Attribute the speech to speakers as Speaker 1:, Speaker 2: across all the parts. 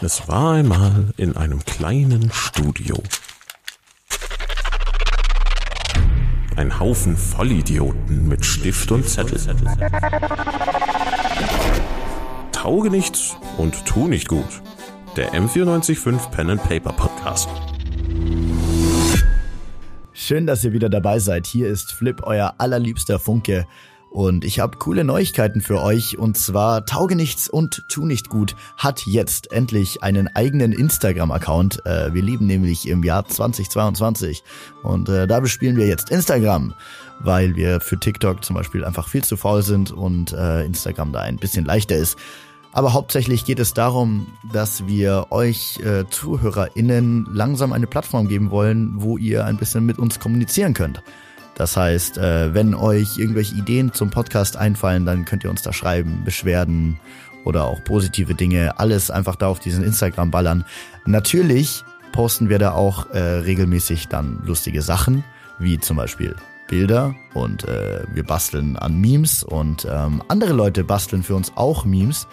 Speaker 1: Es war einmal in einem kleinen Studio. Ein Haufen Vollidioten mit Stift und Zettel. Tauge nichts und tu nicht gut. Der M945 Pen and Paper Podcast.
Speaker 2: Schön, dass ihr wieder dabei seid. Hier ist Flip, euer allerliebster Funke. Und ich habe coole Neuigkeiten für euch. Und zwar Tauge nichts und Tu nicht gut hat jetzt endlich einen eigenen Instagram-Account. Äh, wir leben nämlich im Jahr 2022. Und äh, da bespielen wir jetzt Instagram, weil wir für TikTok zum Beispiel einfach viel zu faul sind und äh, Instagram da ein bisschen leichter ist. Aber hauptsächlich geht es darum, dass wir euch äh, ZuhörerInnen langsam eine Plattform geben wollen, wo ihr ein bisschen mit uns kommunizieren könnt. Das heißt, äh, wenn euch irgendwelche Ideen zum Podcast einfallen, dann könnt ihr uns da schreiben, Beschwerden oder auch positive Dinge, alles einfach da auf diesen Instagram ballern. Natürlich posten wir da auch äh, regelmäßig dann lustige Sachen, wie zum Beispiel Bilder und äh, wir basteln an Memes und ähm, andere Leute basteln für uns auch Memes.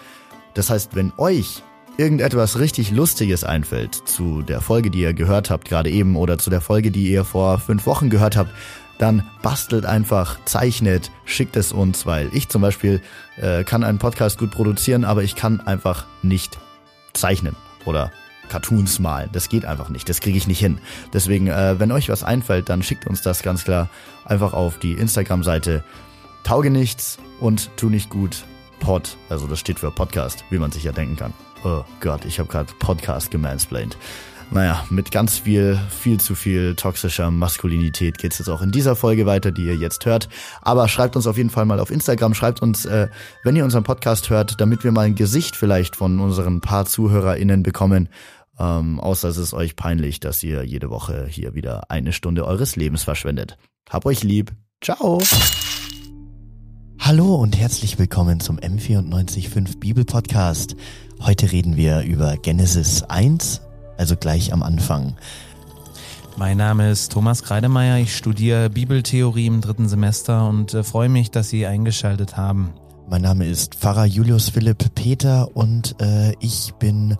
Speaker 2: Das heißt, wenn euch irgendetwas richtig Lustiges einfällt zu der Folge, die ihr gehört habt gerade eben oder zu der Folge, die ihr vor fünf Wochen gehört habt, dann bastelt einfach, zeichnet, schickt es uns, weil ich zum Beispiel äh, kann einen Podcast gut produzieren, aber ich kann einfach nicht zeichnen oder Cartoons malen. Das geht einfach nicht, das kriege ich nicht hin. Deswegen, äh, wenn euch was einfällt, dann schickt uns das ganz klar einfach auf die Instagram-Seite Tauge nichts und tu nicht gut Pod, also das steht für Podcast, wie man sich ja denken kann. Oh Gott, ich habe gerade Podcast gemansplained. Naja, mit ganz viel, viel zu viel toxischer Maskulinität geht's jetzt auch in dieser Folge weiter, die ihr jetzt hört. Aber schreibt uns auf jeden Fall mal auf Instagram, schreibt uns, äh, wenn ihr unseren Podcast hört, damit wir mal ein Gesicht vielleicht von unseren paar ZuhörerInnen bekommen. Ähm, außer es ist euch peinlich, dass ihr jede Woche hier wieder eine Stunde eures Lebens verschwendet. Hab euch lieb. Ciao.
Speaker 3: Hallo und herzlich willkommen zum M945 Bibel Podcast. Heute reden wir über Genesis 1, also gleich am Anfang.
Speaker 4: Mein Name ist Thomas Kreidemeier, ich studiere Bibeltheorie im dritten Semester und äh, freue mich, dass Sie eingeschaltet haben.
Speaker 3: Mein Name ist Pfarrer Julius Philipp Peter und äh, ich bin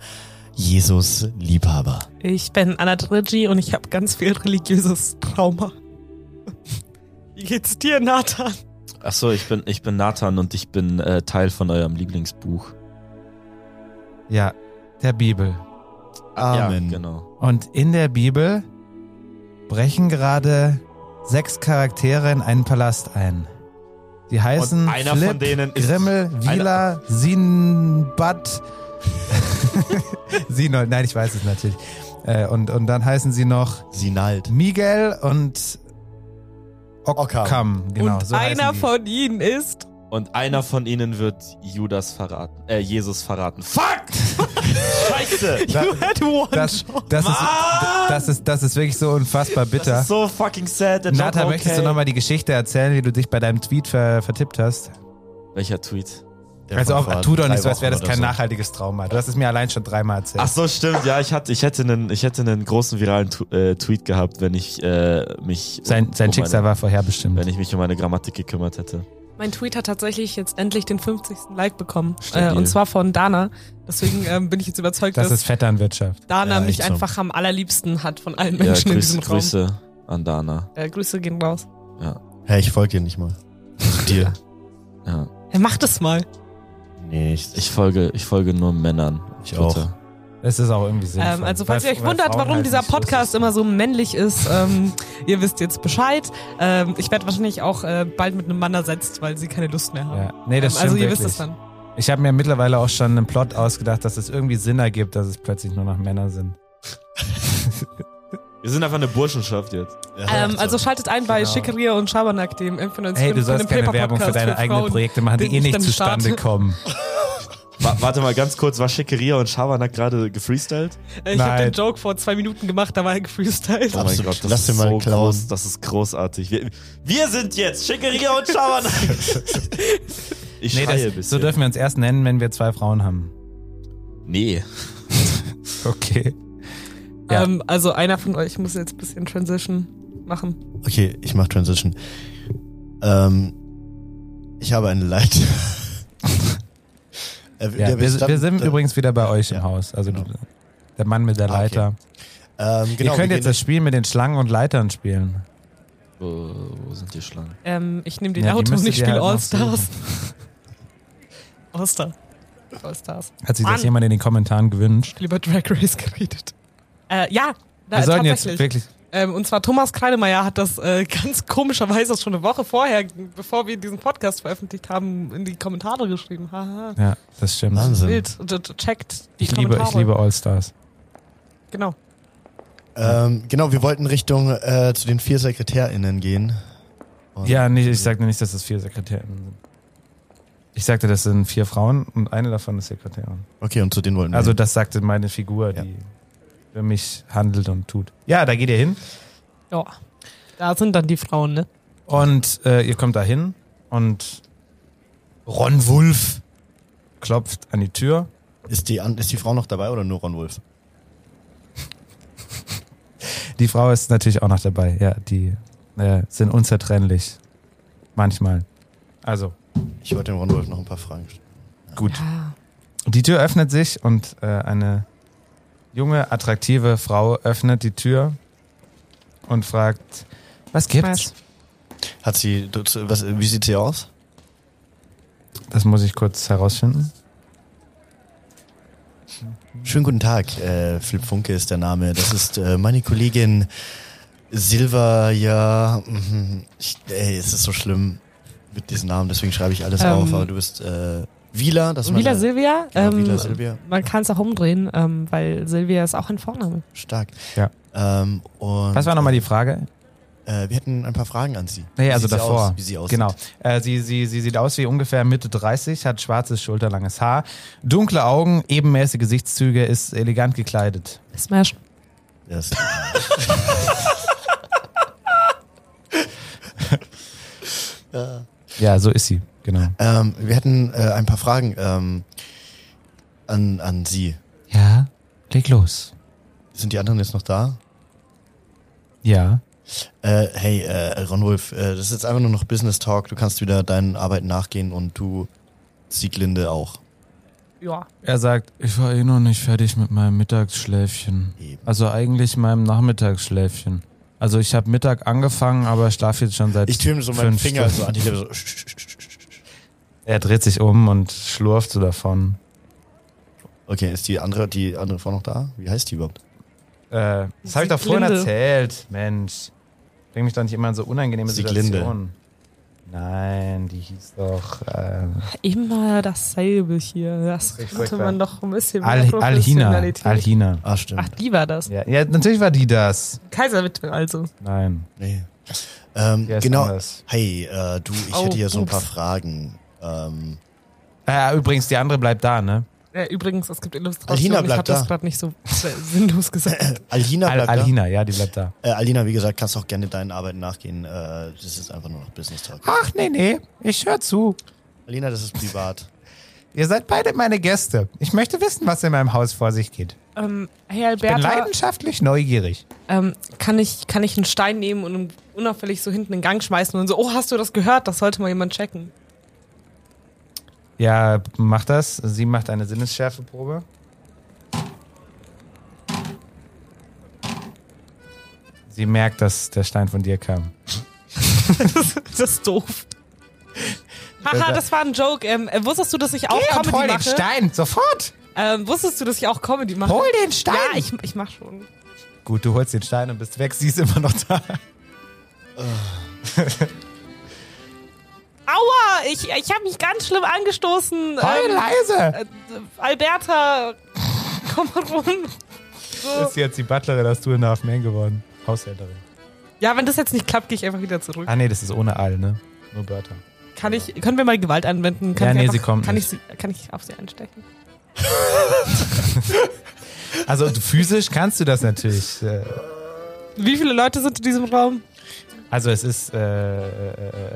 Speaker 3: Jesus Liebhaber.
Speaker 5: Ich bin Anna Drigi und ich habe ganz viel religiöses Trauma. Wie geht's dir, Nathan?
Speaker 6: Achso, ich bin, ich bin Nathan und ich bin äh, Teil von eurem Lieblingsbuch.
Speaker 4: Ja, der Bibel.
Speaker 3: Amen.
Speaker 6: Ja, genau.
Speaker 4: Und in der Bibel brechen gerade sechs Charaktere in einen Palast ein. Die heißen
Speaker 6: Und einer
Speaker 4: Flip,
Speaker 6: von denen ist-
Speaker 4: Grimmel, Wieler, Sinbad, Sinold. Nein, ich weiß es natürlich. Äh, Und, und dann heißen sie noch
Speaker 3: Sinald.
Speaker 4: Miguel und
Speaker 3: Occam.
Speaker 4: Occam. Genau,
Speaker 5: und
Speaker 4: so heißen
Speaker 5: einer
Speaker 4: die.
Speaker 5: von ihnen ist.
Speaker 6: Und einer von ihnen wird Judas verraten, äh, Jesus verraten. Fuck! Scheiße!
Speaker 4: Da-
Speaker 5: you had one.
Speaker 4: Das, das, ist,
Speaker 6: Mann!
Speaker 4: das, ist, das ist wirklich so unfassbar bitter.
Speaker 6: Das ist so fucking sad. and
Speaker 4: Nata,
Speaker 6: not okay.
Speaker 4: möchtest du nochmal die Geschichte erzählen, wie du dich bei deinem Tweet ver vertippt hast?
Speaker 6: Welcher Tweet?
Speaker 3: Der
Speaker 4: also
Speaker 3: von
Speaker 4: auch,
Speaker 3: vor
Speaker 4: tu doch
Speaker 3: drei
Speaker 4: nicht so, als wäre das
Speaker 3: Wochen
Speaker 4: kein
Speaker 3: oder so.
Speaker 4: nachhaltiges Trauma. Du hast es mir allein schon dreimal erzählt.
Speaker 6: Ach so, stimmt. Ja, ich, hatte, ich, hätte, einen, ich hätte einen großen viralen tu äh, Tweet gehabt, wenn ich äh, mich.
Speaker 4: sein sein
Speaker 6: um
Speaker 4: Schicksal
Speaker 6: meine,
Speaker 4: war vorherbestimmt.
Speaker 6: Wenn ich mich um meine Grammatik gekümmert hätte.
Speaker 5: Mein Tweet hat tatsächlich jetzt endlich den 50. Like bekommen.
Speaker 6: Stabil.
Speaker 5: Äh, und zwar von Dana. Deswegen ähm, bin ich jetzt überzeugt,
Speaker 4: das
Speaker 5: dass
Speaker 4: ist Vetternwirtschaft.
Speaker 5: Dana
Speaker 3: Ja,
Speaker 5: mich
Speaker 3: echt so.
Speaker 5: einfach am allerliebsten hat von allen
Speaker 6: Ja,
Speaker 5: Menschen in
Speaker 6: Grüß,
Speaker 5: diesem Raum.
Speaker 6: Grüße an Dana.
Speaker 5: Äh, Grüße gehen raus.
Speaker 3: Hey, ich folge dir nicht mal. dir.
Speaker 6: Ja.
Speaker 5: Hey, mach das mal.
Speaker 3: Nee, ich,
Speaker 6: Ich folge, ich folge nur Männern. auf
Speaker 3: Ich auch.
Speaker 6: Twitter.
Speaker 4: Das ist auch irgendwie sinnvoll.
Speaker 5: Ähm, also falls
Speaker 4: Weil-
Speaker 5: ihr euch
Speaker 4: weil
Speaker 5: wundert,
Speaker 4: Frauen
Speaker 5: warum
Speaker 4: halt
Speaker 5: dieser
Speaker 4: nicht so
Speaker 5: Podcast
Speaker 4: sind.
Speaker 5: immer so männlich ist, ähm, ihr wisst jetzt Bescheid. Ähm, ich werde wahrscheinlich auch äh, bald mit einem Mann ersetzt, weil sie keine Lust mehr haben.
Speaker 4: Ja. Nee, das
Speaker 5: ähm, also
Speaker 4: stimmt
Speaker 5: ihr wisst
Speaker 4: wirklich.
Speaker 5: es dann.
Speaker 4: Ich habe mir mittlerweile auch schon einen Plot ausgedacht, dass es irgendwie Sinn ergibt, dass es plötzlich nur noch Männer sind.
Speaker 6: Wir sind einfach eine Burschenschaft jetzt.
Speaker 5: Ähm, also schaltet ein bei
Speaker 4: Genau.
Speaker 5: Schickeria und Schabernack, dem M95
Speaker 4: Hey, du
Speaker 5: von
Speaker 4: sollst
Speaker 5: dem
Speaker 4: keine
Speaker 5: Paper
Speaker 4: Werbung für
Speaker 5: Podcast
Speaker 4: deine
Speaker 5: für
Speaker 4: eigenen
Speaker 5: Frauen.
Speaker 4: Projekte machen,
Speaker 5: bin
Speaker 4: die eh
Speaker 5: ich
Speaker 4: nicht
Speaker 5: am Start.
Speaker 4: zustande kommen.
Speaker 6: Wa warte mal ganz kurz, war Schickeria und Schabernack gerade gefreestylt?
Speaker 5: Äh, Ich habe
Speaker 4: Nein.
Speaker 5: den Joke vor zwei Minuten gemacht, da war er gefreestylt.
Speaker 3: Oh mein Absolut. Gott, das Lass ist dir mal so klauen. groß,
Speaker 6: das ist großartig. Wir, sind jetzt Schickeria und Schabernack. ich
Speaker 4: Nee,
Speaker 6: schreie ein
Speaker 4: das,
Speaker 6: bisschen.
Speaker 4: so dürfen wir uns erst nennen, wenn wir zwei Frauen haben.
Speaker 6: nee.
Speaker 4: Okay. Ja.
Speaker 5: Ähm, also einer von euch muss jetzt ein bisschen Transition machen.
Speaker 3: Okay, ich mach Transition. Ähm, ich habe eine Leid.
Speaker 2: Äh,
Speaker 4: Ja,
Speaker 2: der
Speaker 4: wir,
Speaker 2: Bestand-
Speaker 4: wir sind
Speaker 2: äh,
Speaker 4: übrigens wieder bei euch
Speaker 2: ja,
Speaker 4: im Haus. Also
Speaker 2: genau.
Speaker 4: du- der Mann mit der
Speaker 2: Ah, okay.
Speaker 4: Leiter.
Speaker 2: Ähm, genau,
Speaker 4: Ihr könnt
Speaker 2: wir gehen-
Speaker 4: jetzt das Spiel mit den Schlangen und Leitern spielen.
Speaker 6: Wo, wo sind die Schlangen?
Speaker 5: Ähm, ich nehme den
Speaker 4: Ja, die
Speaker 5: Auto und
Speaker 4: müsstet
Speaker 5: ich
Speaker 4: ihr
Speaker 5: spiele
Speaker 4: halt noch
Speaker 5: All-Stars. All-Star. All-Stars.
Speaker 4: Hat sich das
Speaker 5: Mann.
Speaker 4: jemand in den Kommentaren gewünscht?
Speaker 5: Viel über Drag Race geredet. Äh, ja, da,
Speaker 4: wir sollten jetzt wirklich.
Speaker 5: tatsächlich. Ähm, und zwar Thomas Kreinemeier hat das äh, ganz komischerweise schon eine Woche vorher, bevor wir diesen Podcast veröffentlicht haben, in die Kommentare geschrieben. Haha.
Speaker 4: Ja, das stimmt.
Speaker 3: Wahnsinn.
Speaker 5: Wild. Und, und checkt die
Speaker 4: Ich liebe, ich
Speaker 5: Kommentare.
Speaker 4: liebe All-Stars.
Speaker 5: Genau.
Speaker 3: Ähm, genau, wir wollten Richtung äh, zu den vier SekretärInnen gehen. Und-
Speaker 4: Ja, nicht, ich sagte nicht, dass es vier Sekretärinnen sind. Ich sagte, das sind vier Frauen und eine davon ist Sekretärin.
Speaker 3: Okay, und zu denen wollten wir.
Speaker 2: Mhm.
Speaker 4: Also
Speaker 3: hin.
Speaker 4: das sagte meine Figur,
Speaker 3: Ja.
Speaker 4: die für mich handelt und tut. Ja, da geht ihr hin.
Speaker 5: Ja. Da sind dann die Frauen, ne?
Speaker 4: Und äh, ihr kommt da hin und Ron Wulf klopft an die Tür.
Speaker 3: ist, die, an- ist die Frau noch dabei oder nur Ron Wolf?
Speaker 4: Die Frau ist natürlich auch noch dabei. Ja, die äh, sind unzertrennlich. Manchmal. Also,
Speaker 3: Ich wollte dem Ron Wolf noch ein paar Fragen stellen.
Speaker 4: gut.
Speaker 5: Ja.
Speaker 4: Die Tür öffnet sich und äh, eine junge, attraktive Frau öffnet die Tür und fragt, was gibt's?
Speaker 5: Was?
Speaker 3: Hat sie, du- zu- was, wie sieht sie aus?
Speaker 4: Das muss ich kurz herausfinden.
Speaker 3: Schönen guten Tag, äh, Philipp Funke ist der Name. Das ist äh, meine Kollegin Silva, ja, mhm. ich, ey, es ist so schlimm mit diesem Namen, deswegen schreibe ich alles
Speaker 5: Ähm.
Speaker 3: auf, aber du bist äh, Wila, das ist
Speaker 5: Vila
Speaker 3: meine-
Speaker 5: Silvia.
Speaker 3: genau,
Speaker 5: ähm,
Speaker 3: Wila Silvia,
Speaker 5: Man kann es auch umdrehen, ähm, weil Silvia ist auch ein Vorname.
Speaker 3: stark.
Speaker 4: Ja.
Speaker 3: Ähm, und,
Speaker 4: Was war nochmal die Frage?
Speaker 3: Äh, wir hätten ein paar Fragen an sie.
Speaker 4: Nee,
Speaker 3: Wie
Speaker 4: also
Speaker 3: sieht sie
Speaker 4: davor.
Speaker 3: Aus, wie sie aussieht.
Speaker 4: Genau. Äh, sie, sie, sie sieht aus wie ungefähr Mitte 30, hat schwarzes, schulterlanges Haar, dunkle Augen, ebenmäßige Gesichtszüge, ist elegant gekleidet.
Speaker 5: Smash.
Speaker 3: Yes.
Speaker 4: Ja, so ist sie, genau.
Speaker 3: ähm, wir hätten äh, ein paar Fragen ähm, an, an sie.
Speaker 4: Ja, leg los.
Speaker 3: Sind die anderen jetzt noch da?
Speaker 4: Ja.
Speaker 3: Äh, hey, äh, Ron Wolf, äh, das ist jetzt einfach nur noch Business Talk. Du kannst wieder deinen Arbeiten nachgehen und du, Sieglinde, auch.
Speaker 5: Ja.
Speaker 4: Er sagt, ich war eh noch nicht fertig mit meinem Mittagsschläfchen.
Speaker 3: Eben.
Speaker 4: Also eigentlich meinem Nachmittagsschläfchen. Also ich habe Mittag angefangen, aber schlafe jetzt schon seit
Speaker 3: Ich tue ihm so meinen
Speaker 4: fünf
Speaker 3: Finger so
Speaker 4: Stunden.
Speaker 3: an die Lippe. So. sch- sch- sch- sch- sch.
Speaker 4: Er dreht sich um und schlurft so davon.
Speaker 3: Okay, ist die andere, die andere Frau noch da? Wie heißt die überhaupt?
Speaker 4: Äh, das habe ich doch vorhin
Speaker 5: Sieglinde.
Speaker 4: erzählt. Mensch. Bring mich doch nicht immer in so unangenehme
Speaker 3: Sieglinde.
Speaker 4: Situationen. Nein, die hieß doch äh,
Speaker 5: Immer dasselbe hier. Das
Speaker 4: Richtig
Speaker 5: könnte
Speaker 4: furchtbar.
Speaker 5: man doch ein bisschen mehr
Speaker 4: Al Alhina.
Speaker 5: Professionalität.
Speaker 4: Alhina.
Speaker 3: Ah, stimmt.
Speaker 5: Ach, die war das.
Speaker 4: Ja, ja, natürlich war die das.
Speaker 5: Kaiserwitwe also.
Speaker 4: Nein.
Speaker 3: Nee. Ähm,
Speaker 4: Die heißt
Speaker 3: genau.
Speaker 4: anders.
Speaker 3: Hey, äh, du, ich
Speaker 5: Oh,
Speaker 3: hätte hier so ein
Speaker 5: ups.
Speaker 3: paar Fragen. Ähm,
Speaker 4: Äh, übrigens, die andere bleibt da, ne?
Speaker 5: Äh, übrigens, es gibt
Speaker 3: Alhina
Speaker 5: Illustrationen. Ich
Speaker 3: Also bleibt
Speaker 5: habe das
Speaker 3: da.
Speaker 5: gerade nicht so äh, sinnlos gesagt.
Speaker 3: Alina
Speaker 4: Al
Speaker 3: bleibt
Speaker 4: Alhina, ja, die bleibt da.
Speaker 3: da. Äh, Alina, wie gesagt, kannst auch gerne deinen Arbeiten nachgehen. Äh, das ist einfach nur noch Business Talk.
Speaker 4: Ach nee, nee, ich höre zu.
Speaker 3: Alina, das ist privat.
Speaker 4: Ihr seid beide meine Gäste. Ich möchte wissen, was in meinem Haus vor sich geht.
Speaker 5: ähm, hey
Speaker 4: Bin
Speaker 5: Alberta,
Speaker 4: leidenschaftlich neugierig.
Speaker 5: ähm, kann, ich, kann ich einen Stein nehmen und unauffällig so hinten in den Gang schmeißen und so, oh, hast du das gehört? Das sollte mal jemand checken.
Speaker 4: Ja, macht das. Sie macht eine Sinnesschärfeprobe. Sie merkt, dass der Stein von dir kam.
Speaker 5: das ist doof. Haha, das war ein Joke. Ähm, äh, wusstest du, dass ich auch
Speaker 4: Gerhard, hol
Speaker 5: Comedy
Speaker 4: den
Speaker 5: mache?
Speaker 4: Stein, sofort!
Speaker 5: Ähm, wusstest du, dass ich auch Comedy mache?
Speaker 4: Hol den Stein!
Speaker 5: Ja, ich, ich mach schon.
Speaker 4: Gut, du holst den Stein und bist weg. Sie ist immer noch da.
Speaker 5: Aua, ich, ich habe mich ganz schlimm angestoßen. Ähm,
Speaker 4: leise!
Speaker 5: äh, Alberta, komm mal rum. So.
Speaker 4: Ist jetzt die Butlerin aus Two and a Half Men geworden. Haushälterin.
Speaker 5: Ja, wenn das jetzt nicht klappt, gehe ich einfach wieder zurück.
Speaker 4: Ah nee, das ist ohne All, ne? Nur Bertha.
Speaker 5: Kann ich, können wir mal Gewalt anwenden? Kann
Speaker 4: Ja, nee,
Speaker 5: ich einfach,
Speaker 4: sie kommt
Speaker 5: kann
Speaker 4: nicht.
Speaker 5: Ich sie, kann ich auf sie einstechen?
Speaker 4: Also du- physisch kannst du das natürlich. Äh,
Speaker 5: Wie viele Leute sind in diesem Raum?
Speaker 4: Also es ist, äh, äh,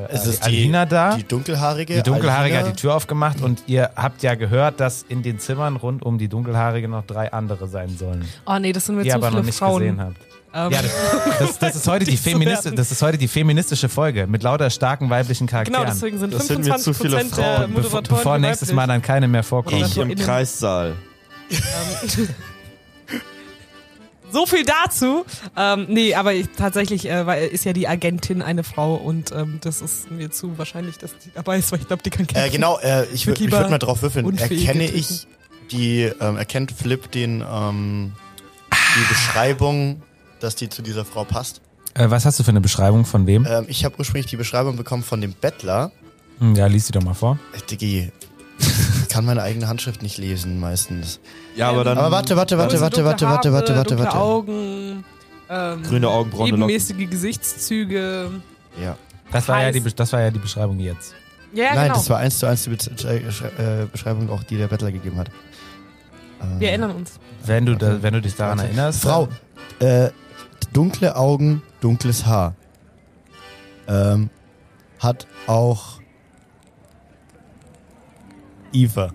Speaker 3: Es ist die-
Speaker 4: Alina da.
Speaker 3: Die dunkelhaarige.
Speaker 4: Ah?
Speaker 5: also
Speaker 4: Die
Speaker 5: ne?
Speaker 4: Dunkelhaarige
Speaker 3: Alina.
Speaker 4: hat die Tür aufgemacht und ihr habt ja gehört, dass in den Zimmern rund um die Dunkelhaarige noch drei andere sein sollen,
Speaker 5: Oh nee, das sind mir
Speaker 4: die ihr
Speaker 5: zu
Speaker 4: aber
Speaker 5: viele
Speaker 4: noch nicht
Speaker 5: Frauen.
Speaker 4: gesehen habt.
Speaker 5: Ähm,
Speaker 4: Ja, das, das, das, ist heute die Feministi das ist heute die feministische Folge mit lauter starken weiblichen Charakteren.
Speaker 5: genau, deswegen sind
Speaker 6: Das sind mir
Speaker 5: 25
Speaker 6: zu viele
Speaker 5: Prozent der
Speaker 6: Frauen.
Speaker 4: Bevor,
Speaker 5: Moderatoren
Speaker 4: bevor nächstes Mal
Speaker 5: weiblich.
Speaker 4: dann keine mehr vorkommen.
Speaker 6: Ich im
Speaker 5: innen.
Speaker 6: Kreissaal.
Speaker 5: So viel dazu. Ähm, nee, aber ich, tatsächlich äh, weil, ist ja die Agentin eine Frau und ähm, das ist mir zu wahrscheinlich, dass die dabei ist, weil ich glaube, die kann
Speaker 3: Äh,
Speaker 5: kämpfen.
Speaker 3: genau, äh, ich
Speaker 5: Wird
Speaker 3: würde
Speaker 5: lieber
Speaker 3: würd mal drauf würfeln.
Speaker 5: unfähig
Speaker 3: Erkenne
Speaker 5: getötet.
Speaker 3: ich die, ähm, erkennt Flip den, ähm, die Beschreibung, dass die zu dieser Frau passt?
Speaker 4: Äh, was hast du für eine Beschreibung von wem?
Speaker 3: Ähm, ich habe ursprünglich die Beschreibung bekommen von dem Bettler.
Speaker 4: Hm, Ja, lies sie doch mal vor.
Speaker 3: Äh, Diggi, ich kann meine eigene Handschrift nicht lesen meistens.
Speaker 6: Ja, aber dann.
Speaker 3: Aber warte, warte, warte,
Speaker 5: Große,
Speaker 3: warte, warte,
Speaker 5: Ähm, dunkle
Speaker 3: warte,
Speaker 5: Haare,
Speaker 3: warte, warte,
Speaker 5: dunkle
Speaker 3: warte.
Speaker 5: Augen, ähm,
Speaker 6: Grüne Augen, braune Locken.
Speaker 5: ebenmäßige Gesichtszüge.
Speaker 3: Ja.
Speaker 4: Das war, ja
Speaker 5: Heiß.
Speaker 4: die, Be- das war ja die Beschreibung jetzt.
Speaker 5: Ja, ja,
Speaker 3: Nein,
Speaker 5: genau.
Speaker 3: das war eins zu eins die Be äh, äh, Beschreibung, auch die der Bettler gegeben hat. Ähm,
Speaker 5: Wir erinnern uns.
Speaker 4: Wenn du, da, wenn du dich daran
Speaker 3: Warte.
Speaker 4: erinnerst.
Speaker 3: Frau, äh, dunkle Augen, dunkles Haar. Ähm, hat auch Eva.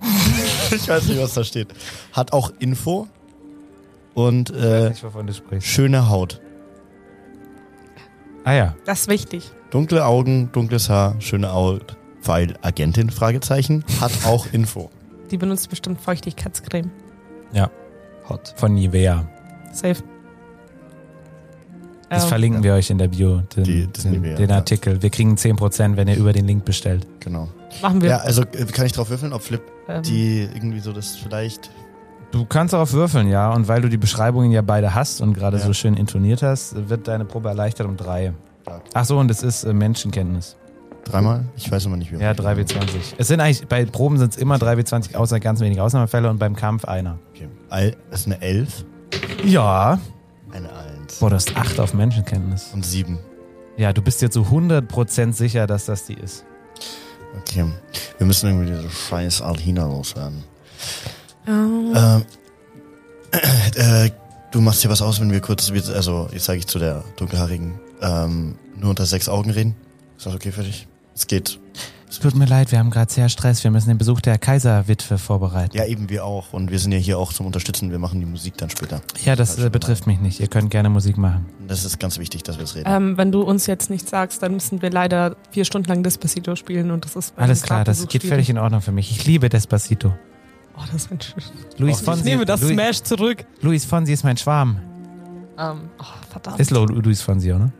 Speaker 3: ich weiß nicht, was da steht. Hat auch Info und
Speaker 4: Ich weiß
Speaker 3: äh,
Speaker 4: nicht, wovon du sprichst.
Speaker 3: schöne Haut.
Speaker 4: Ah ja.
Speaker 5: Das ist wichtig.
Speaker 3: Dunkle Augen, dunkles Haar, schöne Haut. Weil Agentin? Fragezeichen. Hat auch Info.
Speaker 5: Die benutzt bestimmt Feuchtigkeitscreme.
Speaker 4: Hot. Von Nivea.
Speaker 5: Safe.
Speaker 4: Das
Speaker 5: Ähm,
Speaker 4: verlinken wir euch in der Bio, den,
Speaker 3: Die- das
Speaker 4: den,
Speaker 3: nehmen wir,
Speaker 4: den
Speaker 3: ja.
Speaker 4: Artikel. Wir kriegen 10%, wenn ihr über den Link bestellt.
Speaker 3: Genau.
Speaker 5: machen wir.
Speaker 3: Ja, also äh, kann ich drauf würfeln, ob Flip
Speaker 5: ähm,
Speaker 3: die irgendwie so das vielleicht
Speaker 4: Du kannst darauf würfeln, ja. Und weil du die Beschreibungen ja beide hast und gerade
Speaker 3: Ja.
Speaker 4: so schön intoniert hast, wird deine Probe erleichtert um drei.
Speaker 3: Stark.
Speaker 4: Ach so, und es ist äh, Menschenkenntnis.
Speaker 3: dreimal? Ich weiß immer nicht, wie
Speaker 4: Ja, 3W20. Es sind eigentlich, bei Proben sind es immer 3W20, außer ganz wenigen Ausnahmefälle und beim Kampf einer.
Speaker 3: Okay. Al- Das ist eine 11,
Speaker 4: Ja.
Speaker 3: eine 1
Speaker 4: Boah, du hast 8 auf Menschenkenntnis.
Speaker 3: und 7.
Speaker 4: Ja, du bist jetzt so 100% sicher, dass das die ist.
Speaker 3: Okay. Wir müssen irgendwie diese scheiß Alhina loswerden.
Speaker 5: ähm,
Speaker 3: Ähm, äh, du machst dir was aus, wenn wir kurz, also jetzt sage ich zu der dunkelhaarigen, ähm, nur unter sechs Augen reden. Ist das okay für dich? Es geht.
Speaker 4: Es tut mir leid, wir haben gerade sehr Stress. Wir müssen den Besuch der Kaiserwitwe vorbereiten.
Speaker 3: Ja, eben wir auch. Und wir sind ja hier auch zum Unterstützen. Wir machen die Musik dann später.
Speaker 4: Ja, das äh, betrifft mich nicht. Ihr könnt gerne Musik machen.
Speaker 3: Das ist ganz wichtig, dass wir es reden.
Speaker 5: ähm, wenn du uns jetzt nichts sagst, dann müssen wir leider vier Stunden lang Despacito spielen und das ist bei
Speaker 4: Alles
Speaker 5: einem
Speaker 4: klar, das
Speaker 5: Grabbesuch
Speaker 4: geht
Speaker 5: schwierig.
Speaker 4: völlig in Ordnung für mich. Ich liebe Despacito.
Speaker 5: Oh, das ist ein schön.
Speaker 4: Luis
Speaker 5: Ich
Speaker 4: Fonsi,
Speaker 5: nehme das
Speaker 4: Luis,
Speaker 5: Smash zurück.
Speaker 4: Luis Fonsi ist mein Schwarm.
Speaker 5: Ähm, oh, verdammt.
Speaker 4: Ist Lo- Luis Fonsi, oder?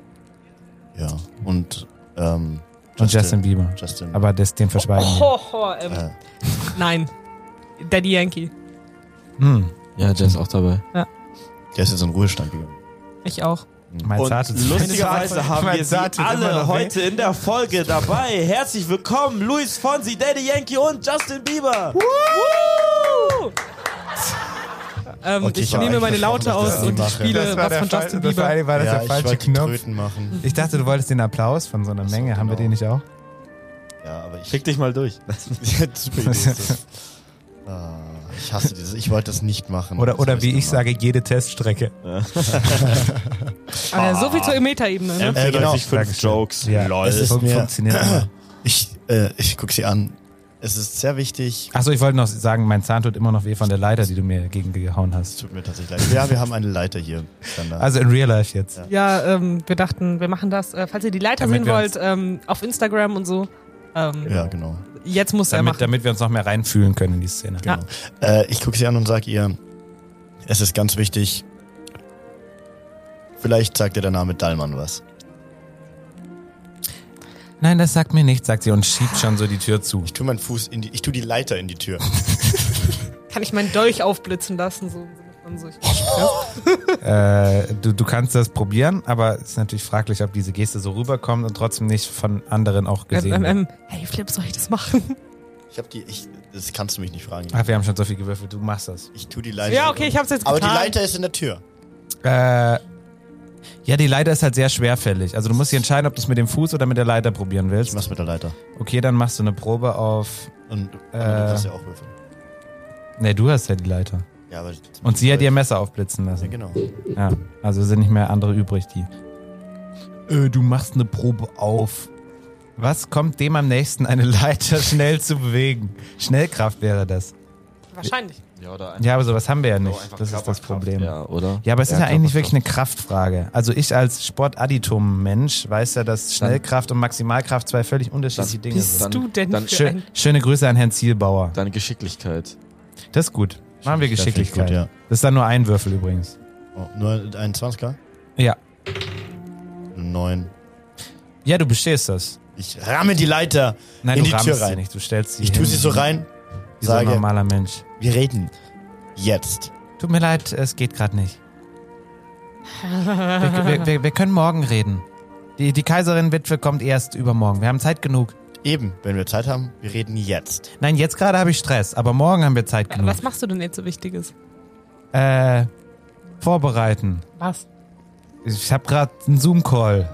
Speaker 3: Ja. Und, ähm,
Speaker 4: Und Justin Bieber.
Speaker 3: Justin.
Speaker 4: Aber das, den verschweigen wir.
Speaker 5: oh, oh, ähm,
Speaker 3: äh,
Speaker 5: Nein. Daddy Yankee.
Speaker 4: Hm,
Speaker 7: Ja, der ist auch dabei.
Speaker 3: der ist jetzt in Ruhestand gegangen.
Speaker 5: Ich auch.
Speaker 4: mein
Speaker 6: Und
Speaker 4: zartes
Speaker 6: lustigerweise haben
Speaker 4: Mein
Speaker 6: wir sie
Speaker 4: zartes immer
Speaker 6: alle
Speaker 4: noch, ne? ey.
Speaker 6: heute in der Folge dabei. Herzlich willkommen, Luis Fonsi, Daddy Yankee und Justin Bieber.
Speaker 5: Ähm,
Speaker 3: Okay,
Speaker 5: ich
Speaker 3: ich war
Speaker 5: nehme meine
Speaker 3: einverstanden,
Speaker 5: Laute
Speaker 3: dass ich
Speaker 5: aus
Speaker 3: das
Speaker 5: und
Speaker 3: mache.
Speaker 5: ich spiele was von Justin Bieber.
Speaker 4: war das der falsche
Speaker 3: wollte die
Speaker 4: Knopf.
Speaker 3: Tröten machen.
Speaker 4: Ich dachte, du wolltest den Applaus von so einer
Speaker 3: so,
Speaker 4: Menge. Haben wir
Speaker 3: genau.
Speaker 4: den nicht auch?
Speaker 3: Ja, aber ich.
Speaker 6: Schick dich mal
Speaker 3: Äh,
Speaker 6: durch.
Speaker 3: Super Idee ist das. Ah, ich hasse dieses. Ich wollte das nicht machen.
Speaker 4: Oder,
Speaker 3: Das
Speaker 4: oder
Speaker 3: hab
Speaker 4: wie ich
Speaker 3: gemacht.
Speaker 4: sage, jede Teststrecke.
Speaker 5: Äh, so viel zur Metaebene. Ne?
Speaker 3: Äh, genau.
Speaker 6: 95 Jokes.
Speaker 4: Ja.
Speaker 6: Lol.
Speaker 3: Es ist
Speaker 4: Fun-
Speaker 3: mir,
Speaker 4: funktioniert immer.
Speaker 3: ich, äh, ich guck sie an. Es ist sehr wichtig.
Speaker 4: Achso, ich wollte noch sagen, mein Zahn tut immer noch weh von der Leiter, die du mir gegengehauen
Speaker 3: Es
Speaker 4: hast.
Speaker 3: tut mir tatsächlich leid. Ja, wir haben eine Leiter hier. Dann, also,
Speaker 4: Also in real life jetzt.
Speaker 5: Ja, ähm, wir dachten, wir machen das. Äh, falls ihr die Leiter
Speaker 4: Damit
Speaker 5: sehen
Speaker 4: wir
Speaker 5: wollt, ähm, auf Instagram und so. Ähm,
Speaker 3: ja, genau.
Speaker 5: Jetzt muss er
Speaker 4: Damit,
Speaker 5: machen.
Speaker 4: damit wir uns noch mehr reinfühlen können in die Szene.
Speaker 5: Ja.
Speaker 3: genau. Äh, ich guck sie an und sag ihr, es ist ganz wichtig. Vielleicht sagt dir der Name Dallmann was.
Speaker 4: Nein, das sagt mir nichts, sagt sie und schiebt schon so die Tür zu.
Speaker 3: Ich tue meinen Fuß in die, ich tue die Leiter in die Tür.
Speaker 5: Kann ich meinen Dolch aufblitzen lassen? So. Und so. Ich-
Speaker 4: Äh, du, du kannst das probieren, aber es ist natürlich fraglich, ob diese Geste so rüberkommt und trotzdem nicht von anderen auch gesehen
Speaker 5: Ähm, ähm,
Speaker 4: wird.
Speaker 5: ähm, hey Flip, soll ich das machen?
Speaker 3: Ich habe die, ich, das kannst du mich nicht fragen.
Speaker 4: Ach, wir haben schon so viel gewürfelt, du machst das.
Speaker 3: Ich tue die Leiter.
Speaker 5: Ja, okay, ich hab's jetzt
Speaker 3: Also, Aber die
Speaker 5: getan.
Speaker 3: Leiter ist in der Tür.
Speaker 4: Äh, ja, die Leiter ist halt sehr schwerfällig. Also du musst dich entscheiden, ob du es mit dem Fuß oder mit der Leiter probieren
Speaker 3: Ich
Speaker 4: willst.
Speaker 3: mach's mit der Leiter.
Speaker 4: Okay, dann machst du eine Probe auf...
Speaker 3: Und
Speaker 4: Äh.
Speaker 3: du kannst ja auch würfeln.
Speaker 4: Ne, du hast ja die Leiter.
Speaker 3: Ja, aber
Speaker 4: Und sie hat ihr Messer aufblitzen
Speaker 3: Ja,
Speaker 4: lassen.
Speaker 3: genau.
Speaker 4: Ja, also sind nicht mehr andere übrig, die... äh, du machst eine Probe auf. Was kommt dem am nächsten, eine Leiter schnell zu bewegen? Schnellkraft wäre das.
Speaker 5: Wahrscheinlich.
Speaker 6: Ja, oder
Speaker 4: Ja, aber sowas haben wir ja
Speaker 6: so
Speaker 4: nicht.
Speaker 6: einfach
Speaker 4: Das ist das
Speaker 6: Körperkraft,
Speaker 4: Problem.
Speaker 6: Ja, oder?
Speaker 4: Ja, aber es ist ja
Speaker 6: Körperkraft.
Speaker 4: eigentlich wirklich eine Kraftfrage. Also ich als Sportadditum-Mensch weiß ja, dass Schnellkraft und Maximalkraft zwei völlig unterschiedliche Dinge
Speaker 5: Bist
Speaker 4: sind.
Speaker 5: du denn
Speaker 6: dann
Speaker 5: für
Speaker 4: Schö
Speaker 5: ein...
Speaker 4: schöne Grüße an Herrn Zielbauer.
Speaker 6: Deine Geschicklichkeit.
Speaker 4: Das ist gut. Machen wir Geschicklichkeit.
Speaker 3: Gut, ja.
Speaker 4: Das ist dann nur ein Würfel übrigens.
Speaker 3: oh, nur ein 20er?
Speaker 4: Ja.
Speaker 3: Neun.
Speaker 4: Ja, du bestehst das.
Speaker 3: Ich ramme die Leiter
Speaker 4: Nein,
Speaker 3: in
Speaker 4: du
Speaker 3: die Tür
Speaker 4: rammst sie
Speaker 3: rein.
Speaker 4: nicht. Du stellst sie
Speaker 3: Ich tue
Speaker 4: hin,
Speaker 3: sie so rein,
Speaker 4: wie so ein
Speaker 3: sage,
Speaker 4: normaler Mensch.
Speaker 3: wir reden. Jetzt.
Speaker 4: Tut mir leid, es geht gerade nicht. Wir, wir, wir, wir können morgen reden. Die, die Kaiserin-Witwe kommt erst übermorgen. Wir haben Zeit genug.
Speaker 3: Eben, wenn wir Zeit haben, wir reden jetzt.
Speaker 4: Nein, jetzt gerade habe ich Stress, aber morgen haben wir Zeit
Speaker 3: Genau.
Speaker 4: genug.
Speaker 5: Was machst du denn jetzt so Wichtiges?
Speaker 4: Äh, vorbereiten.
Speaker 5: Was?
Speaker 4: Ich habe gerade einen Zoom-Call.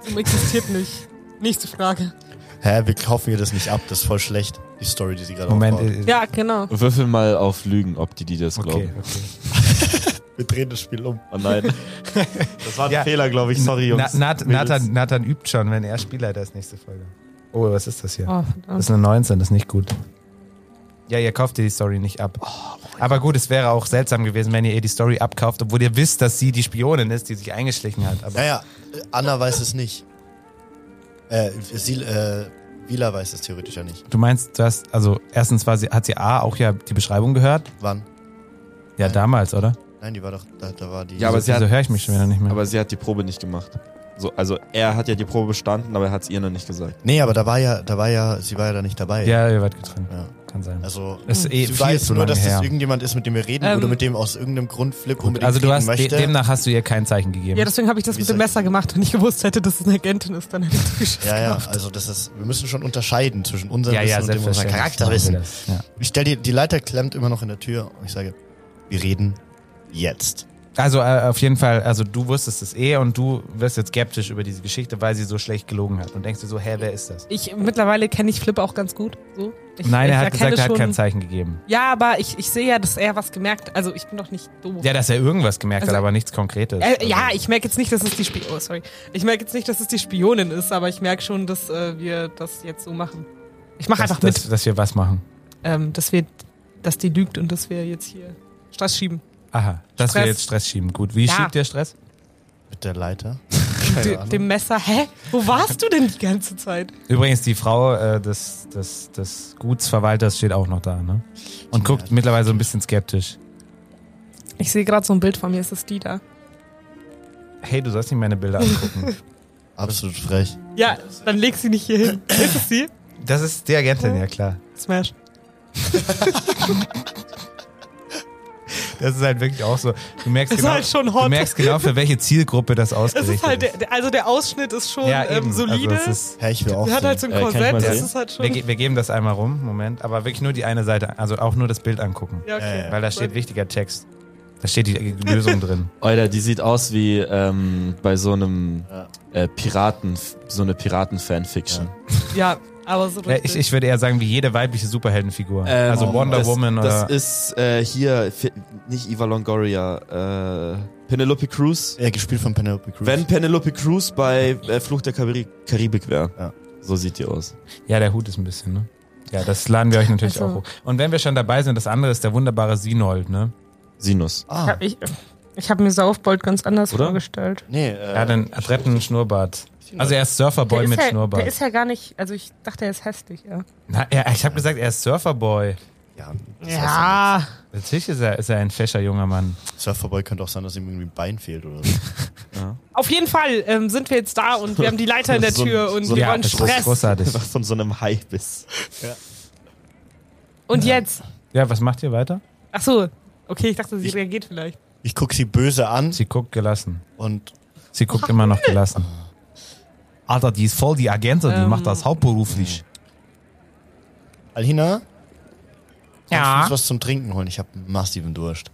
Speaker 5: Zoom existiert nicht. Nächste Frage.
Speaker 3: Hä, wir kaufen ihr das nicht ab, das ist voll schlecht. Die Story, die sie gerade
Speaker 6: Oh,
Speaker 4: Moment.
Speaker 3: aufbaut.
Speaker 4: äh,
Speaker 5: Ja, genau.
Speaker 6: Würfel mal auf Lügen, ob die, die das
Speaker 4: Okay,
Speaker 6: glauben.
Speaker 4: okay.
Speaker 3: Wir drehen das Spiel um.
Speaker 6: Oh nein. das war ein
Speaker 4: Ja.
Speaker 6: Fehler, glaube ich. Sorry,
Speaker 4: Na,
Speaker 6: Jungs.
Speaker 4: Nat,
Speaker 6: Mädels.
Speaker 4: Nathan, Nathan übt schon, wenn er Spielleiter ist, nächste Folge. Oh, was ist das hier?
Speaker 5: Oh,
Speaker 4: Das
Speaker 5: verdammt.
Speaker 4: ist eine 19, das ist nicht gut. Oh, Ja, ihr kauft ihr die Story nicht ab. Aber gut, es wäre auch seltsam gewesen, wenn ihr ihr die Story abkauft, obwohl ihr wisst, dass sie die Spionin ist, die sich eingeschlichen hat. Aber
Speaker 3: Naja, Anna weiß es nicht. Äh, sie, äh, Vila weiß es theoretisch ja nicht.
Speaker 4: du meinst, du hast, also erstens war sie, hat sie A auch ja die Beschreibung gehört?
Speaker 3: Wann?
Speaker 4: Ja,
Speaker 3: Nein.
Speaker 4: damals, oder?
Speaker 3: Nein, die war doch, da, da war die.
Speaker 6: Ja, aber
Speaker 4: wieso
Speaker 6: sie hat-
Speaker 4: wieso höre ich mich schon wieder nicht mehr?
Speaker 6: Aber sie hat die Probe nicht gemacht. So, also er hat ja die Probe bestanden, aber er hat es ihr noch nicht gesagt.
Speaker 3: nee, aber da war ja, da war ja, sie war ja da nicht dabei.
Speaker 4: ja, ihr wart getrennt.
Speaker 3: Ja.
Speaker 4: Kann sein.
Speaker 3: Also,
Speaker 4: Das ist eh
Speaker 3: sie
Speaker 4: viel
Speaker 3: weiß
Speaker 4: zu
Speaker 3: nur,
Speaker 4: lange
Speaker 3: dass
Speaker 4: her.
Speaker 3: das irgendjemand ist, mit dem wir reden
Speaker 5: Ähm,
Speaker 3: oder mit dem aus irgendeinem Grund Flip
Speaker 4: Gut,
Speaker 3: unbedingt
Speaker 4: also du
Speaker 3: reden
Speaker 4: hast, de
Speaker 3: möchte.
Speaker 4: demnach hast du ihr kein Zeichen gegeben.
Speaker 5: Ja, deswegen habe ich das
Speaker 3: Wie
Speaker 5: mit dem
Speaker 3: soll-
Speaker 5: Messer gemacht. Wenn ich gewusst hätte, dass es eine Agentin ist, dann hätte ich es geschafft.
Speaker 3: ja, ja, also das ist, wir müssen schon unterscheiden zwischen unserem
Speaker 4: ja, ja,
Speaker 3: Wissen und dem unserem
Speaker 4: selbstverständlich.
Speaker 3: Charakterwissen.
Speaker 4: machen wir das,
Speaker 3: Ich stell dir, die Leiter klemmt immer noch in der Tür und ich sage, wir reden jetzt.
Speaker 4: ja. Also äh, auf jeden Fall, also du wusstest es eh und du wirst jetzt skeptisch über diese Geschichte, weil sie so schlecht gelogen hat und denkst dir so, hä, wer ist das?
Speaker 5: Ich, mittlerweile kenne ich Flip auch ganz gut. So. Ich,
Speaker 4: Nein,
Speaker 5: ich
Speaker 4: er hat
Speaker 5: erkenne
Speaker 4: gesagt, er hat
Speaker 5: schon-
Speaker 4: kein Zeichen gegeben.
Speaker 5: Ja, aber ich, ich sehe ja, dass er was gemerkt Also ich bin doch nicht doof.
Speaker 4: Ja, dass er irgendwas gemerkt
Speaker 5: Also-
Speaker 4: hat, aber nichts Konkretes.
Speaker 5: Äh, ja,
Speaker 4: Also,
Speaker 5: ich merke jetzt nicht, dass es die Spi oh, sorry. Ich merke jetzt nicht, dass es die Spionin ist, aber ich merke schon, dass äh, wir das jetzt so machen. Ich mache
Speaker 4: dass,
Speaker 5: einfach
Speaker 4: dass,
Speaker 5: mit,
Speaker 4: Dass wir was machen.
Speaker 5: ähm, dass wir, dass die lügt und dass wir jetzt hier Stress schieben.
Speaker 4: Aha, dass
Speaker 5: Stress.
Speaker 4: wir jetzt Stress schieben. Gut, wie
Speaker 5: Ja.
Speaker 4: schiebt der Stress?
Speaker 3: Mit der Leiter?
Speaker 5: De,
Speaker 3: Ahnung.
Speaker 5: dem Messer. Hä? Wo warst du denn die ganze Zeit?
Speaker 4: Übrigens, die Frau äh, des, des, des Gutsverwalters steht auch noch da, ne? Und guckt mittlerweile so ein bisschen skeptisch.
Speaker 5: Ich sehe gerade so ein Bild von mir. Ist es die da?
Speaker 4: Hey, du sollst nicht meine Bilder angucken.
Speaker 3: Absolut frech.
Speaker 5: Ja, dann leg sie nicht hier hin. Ist es sie?
Speaker 4: das ist die Agentin, ja klar.
Speaker 5: Smash.
Speaker 4: Das ist halt wirklich auch so. Du merkst,
Speaker 5: Ist
Speaker 4: genau,
Speaker 5: halt schon hot.
Speaker 4: Du merkst genau, für welche Zielgruppe das
Speaker 5: Es
Speaker 4: ausgerichtet
Speaker 5: ist halt,
Speaker 4: ist.
Speaker 5: der, also der Ausschnitt ist schon
Speaker 4: ja, eben.
Speaker 5: ähm, solide.
Speaker 4: Also es ist,
Speaker 3: Hä, ich will auch.
Speaker 5: Sie hat halt
Speaker 3: so
Speaker 5: so ein
Speaker 6: Äh, kann ich
Speaker 5: Korsett,
Speaker 6: mal
Speaker 5: das
Speaker 6: sehen?
Speaker 5: ist halt schon.
Speaker 4: wir, ge- wir geben das einmal rum, Moment. Aber wirklich nur die eine Seite, also auch nur das Bild angucken.
Speaker 5: Ja, okay.
Speaker 3: Äh,
Speaker 4: Weil da steht wichtiger Text. Da steht die Lösung drin.
Speaker 6: Alter, die sieht aus wie ähm, bei so einem
Speaker 3: Ja.
Speaker 6: äh, Piraten, so eine Piraten-Fanfiction.
Speaker 5: Ja, aber so
Speaker 4: Ja, ich, ich würde eher sagen, wie jede weibliche Superheldenfigur.
Speaker 6: Ähm,
Speaker 4: also Wonder
Speaker 6: das,
Speaker 4: Woman
Speaker 6: Das
Speaker 4: oder.
Speaker 6: ist äh, hier, fi- nicht Eva Longoria, äh, Penelope Cruz.
Speaker 3: äh, gespielt von Penelope Cruz.
Speaker 6: Wenn Penelope Cruz bei äh, Fluch der Karibik, Karibik wäre.
Speaker 3: Ja.
Speaker 6: So sieht die aus.
Speaker 4: ja, der Hut ist ein bisschen, ne? Ja, das laden wir euch natürlich
Speaker 5: Also-
Speaker 4: auch hoch. Und wenn wir schon dabei sind, das andere ist der wunderbare Sinold, ne?
Speaker 6: Sinus.
Speaker 3: ah,
Speaker 5: ich, ich habe mir Saufbold ganz anders
Speaker 6: Oder?
Speaker 5: vorgestellt.
Speaker 3: nee,
Speaker 4: Er hat
Speaker 3: äh,
Speaker 4: einen adretten Schnurrbart. Also er ist Surferboy mit
Speaker 5: ja,
Speaker 4: Schnurrbart.
Speaker 5: der ist ja gar nicht, also ich dachte, er ist hässlich, ja.
Speaker 4: Na, er, ich habe gesagt, er ist Surferboy.
Speaker 3: ja, das
Speaker 5: Ja,
Speaker 4: Natürlich ist er, ist er ein fescher junger Mann.
Speaker 3: Surferboy könnte auch sein, dass ihm irgendwie ein Bein fehlt oder so.
Speaker 5: auf jeden Fall ähm, sind wir jetzt da und wir haben die Leiter in der
Speaker 6: So ein-
Speaker 5: Tür und
Speaker 6: so ein-
Speaker 5: wir
Speaker 4: ja,
Speaker 5: wollen
Speaker 4: das ist
Speaker 5: Stress.
Speaker 4: großartig.
Speaker 6: Einfach von so einem Hypebiss.
Speaker 5: Und jetzt?
Speaker 4: Ja, was macht ihr weiter?
Speaker 5: Ach so, okay, ich dachte, sie reagiert vielleicht.
Speaker 3: Ich guck sie böse an
Speaker 4: Sie guckt gelassen.
Speaker 3: und
Speaker 4: Sie guckt immer noch gelassen. Alter, die ist voll die Agentin, die
Speaker 5: Ähm.
Speaker 4: macht das hauptberuflich.
Speaker 3: Alhina, ich
Speaker 4: Ja.
Speaker 3: muss was zum Trinken holen. Ich habe massiven Durst.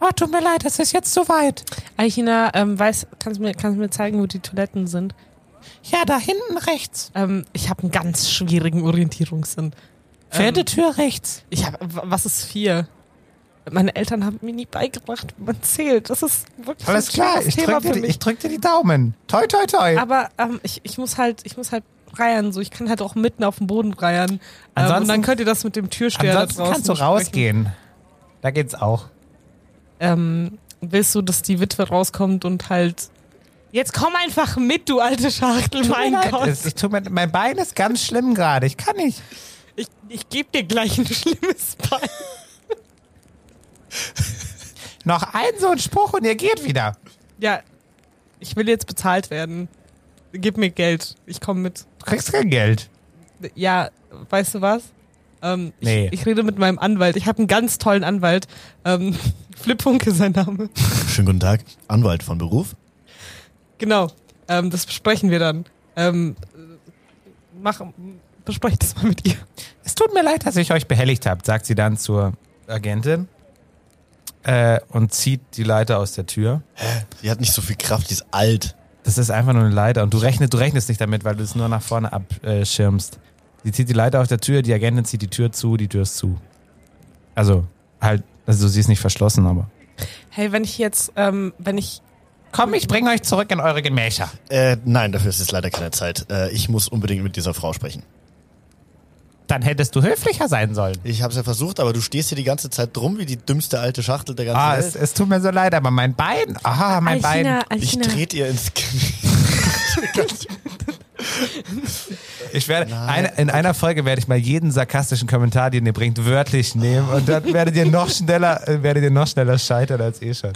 Speaker 4: Oh, tut mir leid, das ist jetzt zu weit.
Speaker 5: Alchina, ähm, weiß, kannst du mir, kannst du mir zeigen, wo die Toiletten sind?
Speaker 4: Ja, da hinten rechts.
Speaker 5: Ähm, ich habe einen ganz schwierigen Orientierungssinn. Ähm,
Speaker 4: Tür rechts.
Speaker 5: ich hab, w- was ist vier? Meine Eltern haben mir nie beigebracht, wie man zählt. Das ist wirklich
Speaker 4: Alles
Speaker 5: ein
Speaker 4: klar,
Speaker 5: schweres
Speaker 4: ich
Speaker 5: Thema
Speaker 4: drück,
Speaker 5: für
Speaker 4: dir, die-
Speaker 5: mich.
Speaker 4: ich drück dir die Daumen. Toi, toi, toi.
Speaker 5: Aber ähm, ich, ich muss halt, ich muss halt reiern, so ich kann halt auch mitten auf dem Boden reiern. Ähm,
Speaker 4: Ansonsten-
Speaker 5: und dann könnt ihr das mit dem Türsteher da
Speaker 4: Ansonsten
Speaker 5: draußen
Speaker 4: kannst du
Speaker 5: besprechen.
Speaker 4: rausgehen. Da geht's auch.
Speaker 5: Ähm, willst du, dass die Witwe rauskommt und halt jetzt komm einfach mit, du alte Schachtel,
Speaker 4: Tut mir
Speaker 5: mein
Speaker 4: leid,
Speaker 5: Gott.
Speaker 4: es- Ich tu mir, mein Bein ist ganz schlimm gerade. Ich kann nicht.
Speaker 5: Ich, ich geb dir gleich ein schlimmes Bein.
Speaker 4: Noch ein so ein Spruch und ihr geht wieder.
Speaker 5: Ja, ich will jetzt bezahlt werden. Gib mir Geld, ich komme mit.
Speaker 4: Du kriegst kein Geld.
Speaker 5: Ja, weißt du was? Ähm,
Speaker 4: Nee.
Speaker 5: ich, ich rede mit meinem Anwalt. Ich habe einen ganz tollen Anwalt. Ähm, Flip Funke ist sein Name.
Speaker 3: Schönen guten Tag, Anwalt von Beruf.
Speaker 5: Genau. Ähm, das besprechen wir dann. Ähm, äh, mach, besprecht das mal mit ihr.
Speaker 4: Es tut mir leid, dass ich euch behelligt habe, sagt sie dann zur Agentin äh, und zieht die Leiter aus der Tür.
Speaker 3: Sie hat nicht so viel Kraft, die ist alt.
Speaker 4: Das ist einfach nur eine Leiter und du rechnest, du rechnest nicht damit, weil du es nur nach vorne abschirmst. Sie zieht die Leiter aus der Tür, die Agentin zieht die Tür zu, die Tür ist zu. Also halt, also sie ist nicht verschlossen, aber.
Speaker 5: Hey, wenn ich jetzt, ähm, wenn ich,
Speaker 4: Komm, ich bringe euch zurück in eure Gemächer.
Speaker 3: Äh, nein, dafür ist jetzt leider keine Zeit. Äh, ich muss unbedingt mit dieser Frau sprechen.
Speaker 4: Dann hättest du höflicher sein sollen.
Speaker 3: Ich hab's ja versucht, aber du stehst hier die ganze Zeit drum wie die dümmste alte Schachtel der ganzen
Speaker 4: Ah, es,
Speaker 3: Welt.
Speaker 4: es tut mir so leid, aber mein Bein. Aha, mein Bein.
Speaker 3: Ich trete ihr ins Knie.
Speaker 4: Ich werde eine, in einer Folge werde ich mal jeden sarkastischen Kommentar, den ihr bringt, wörtlich nehmen und dann werdet ihr noch schneller, äh, werdet ihr noch schneller scheitern als eh schon.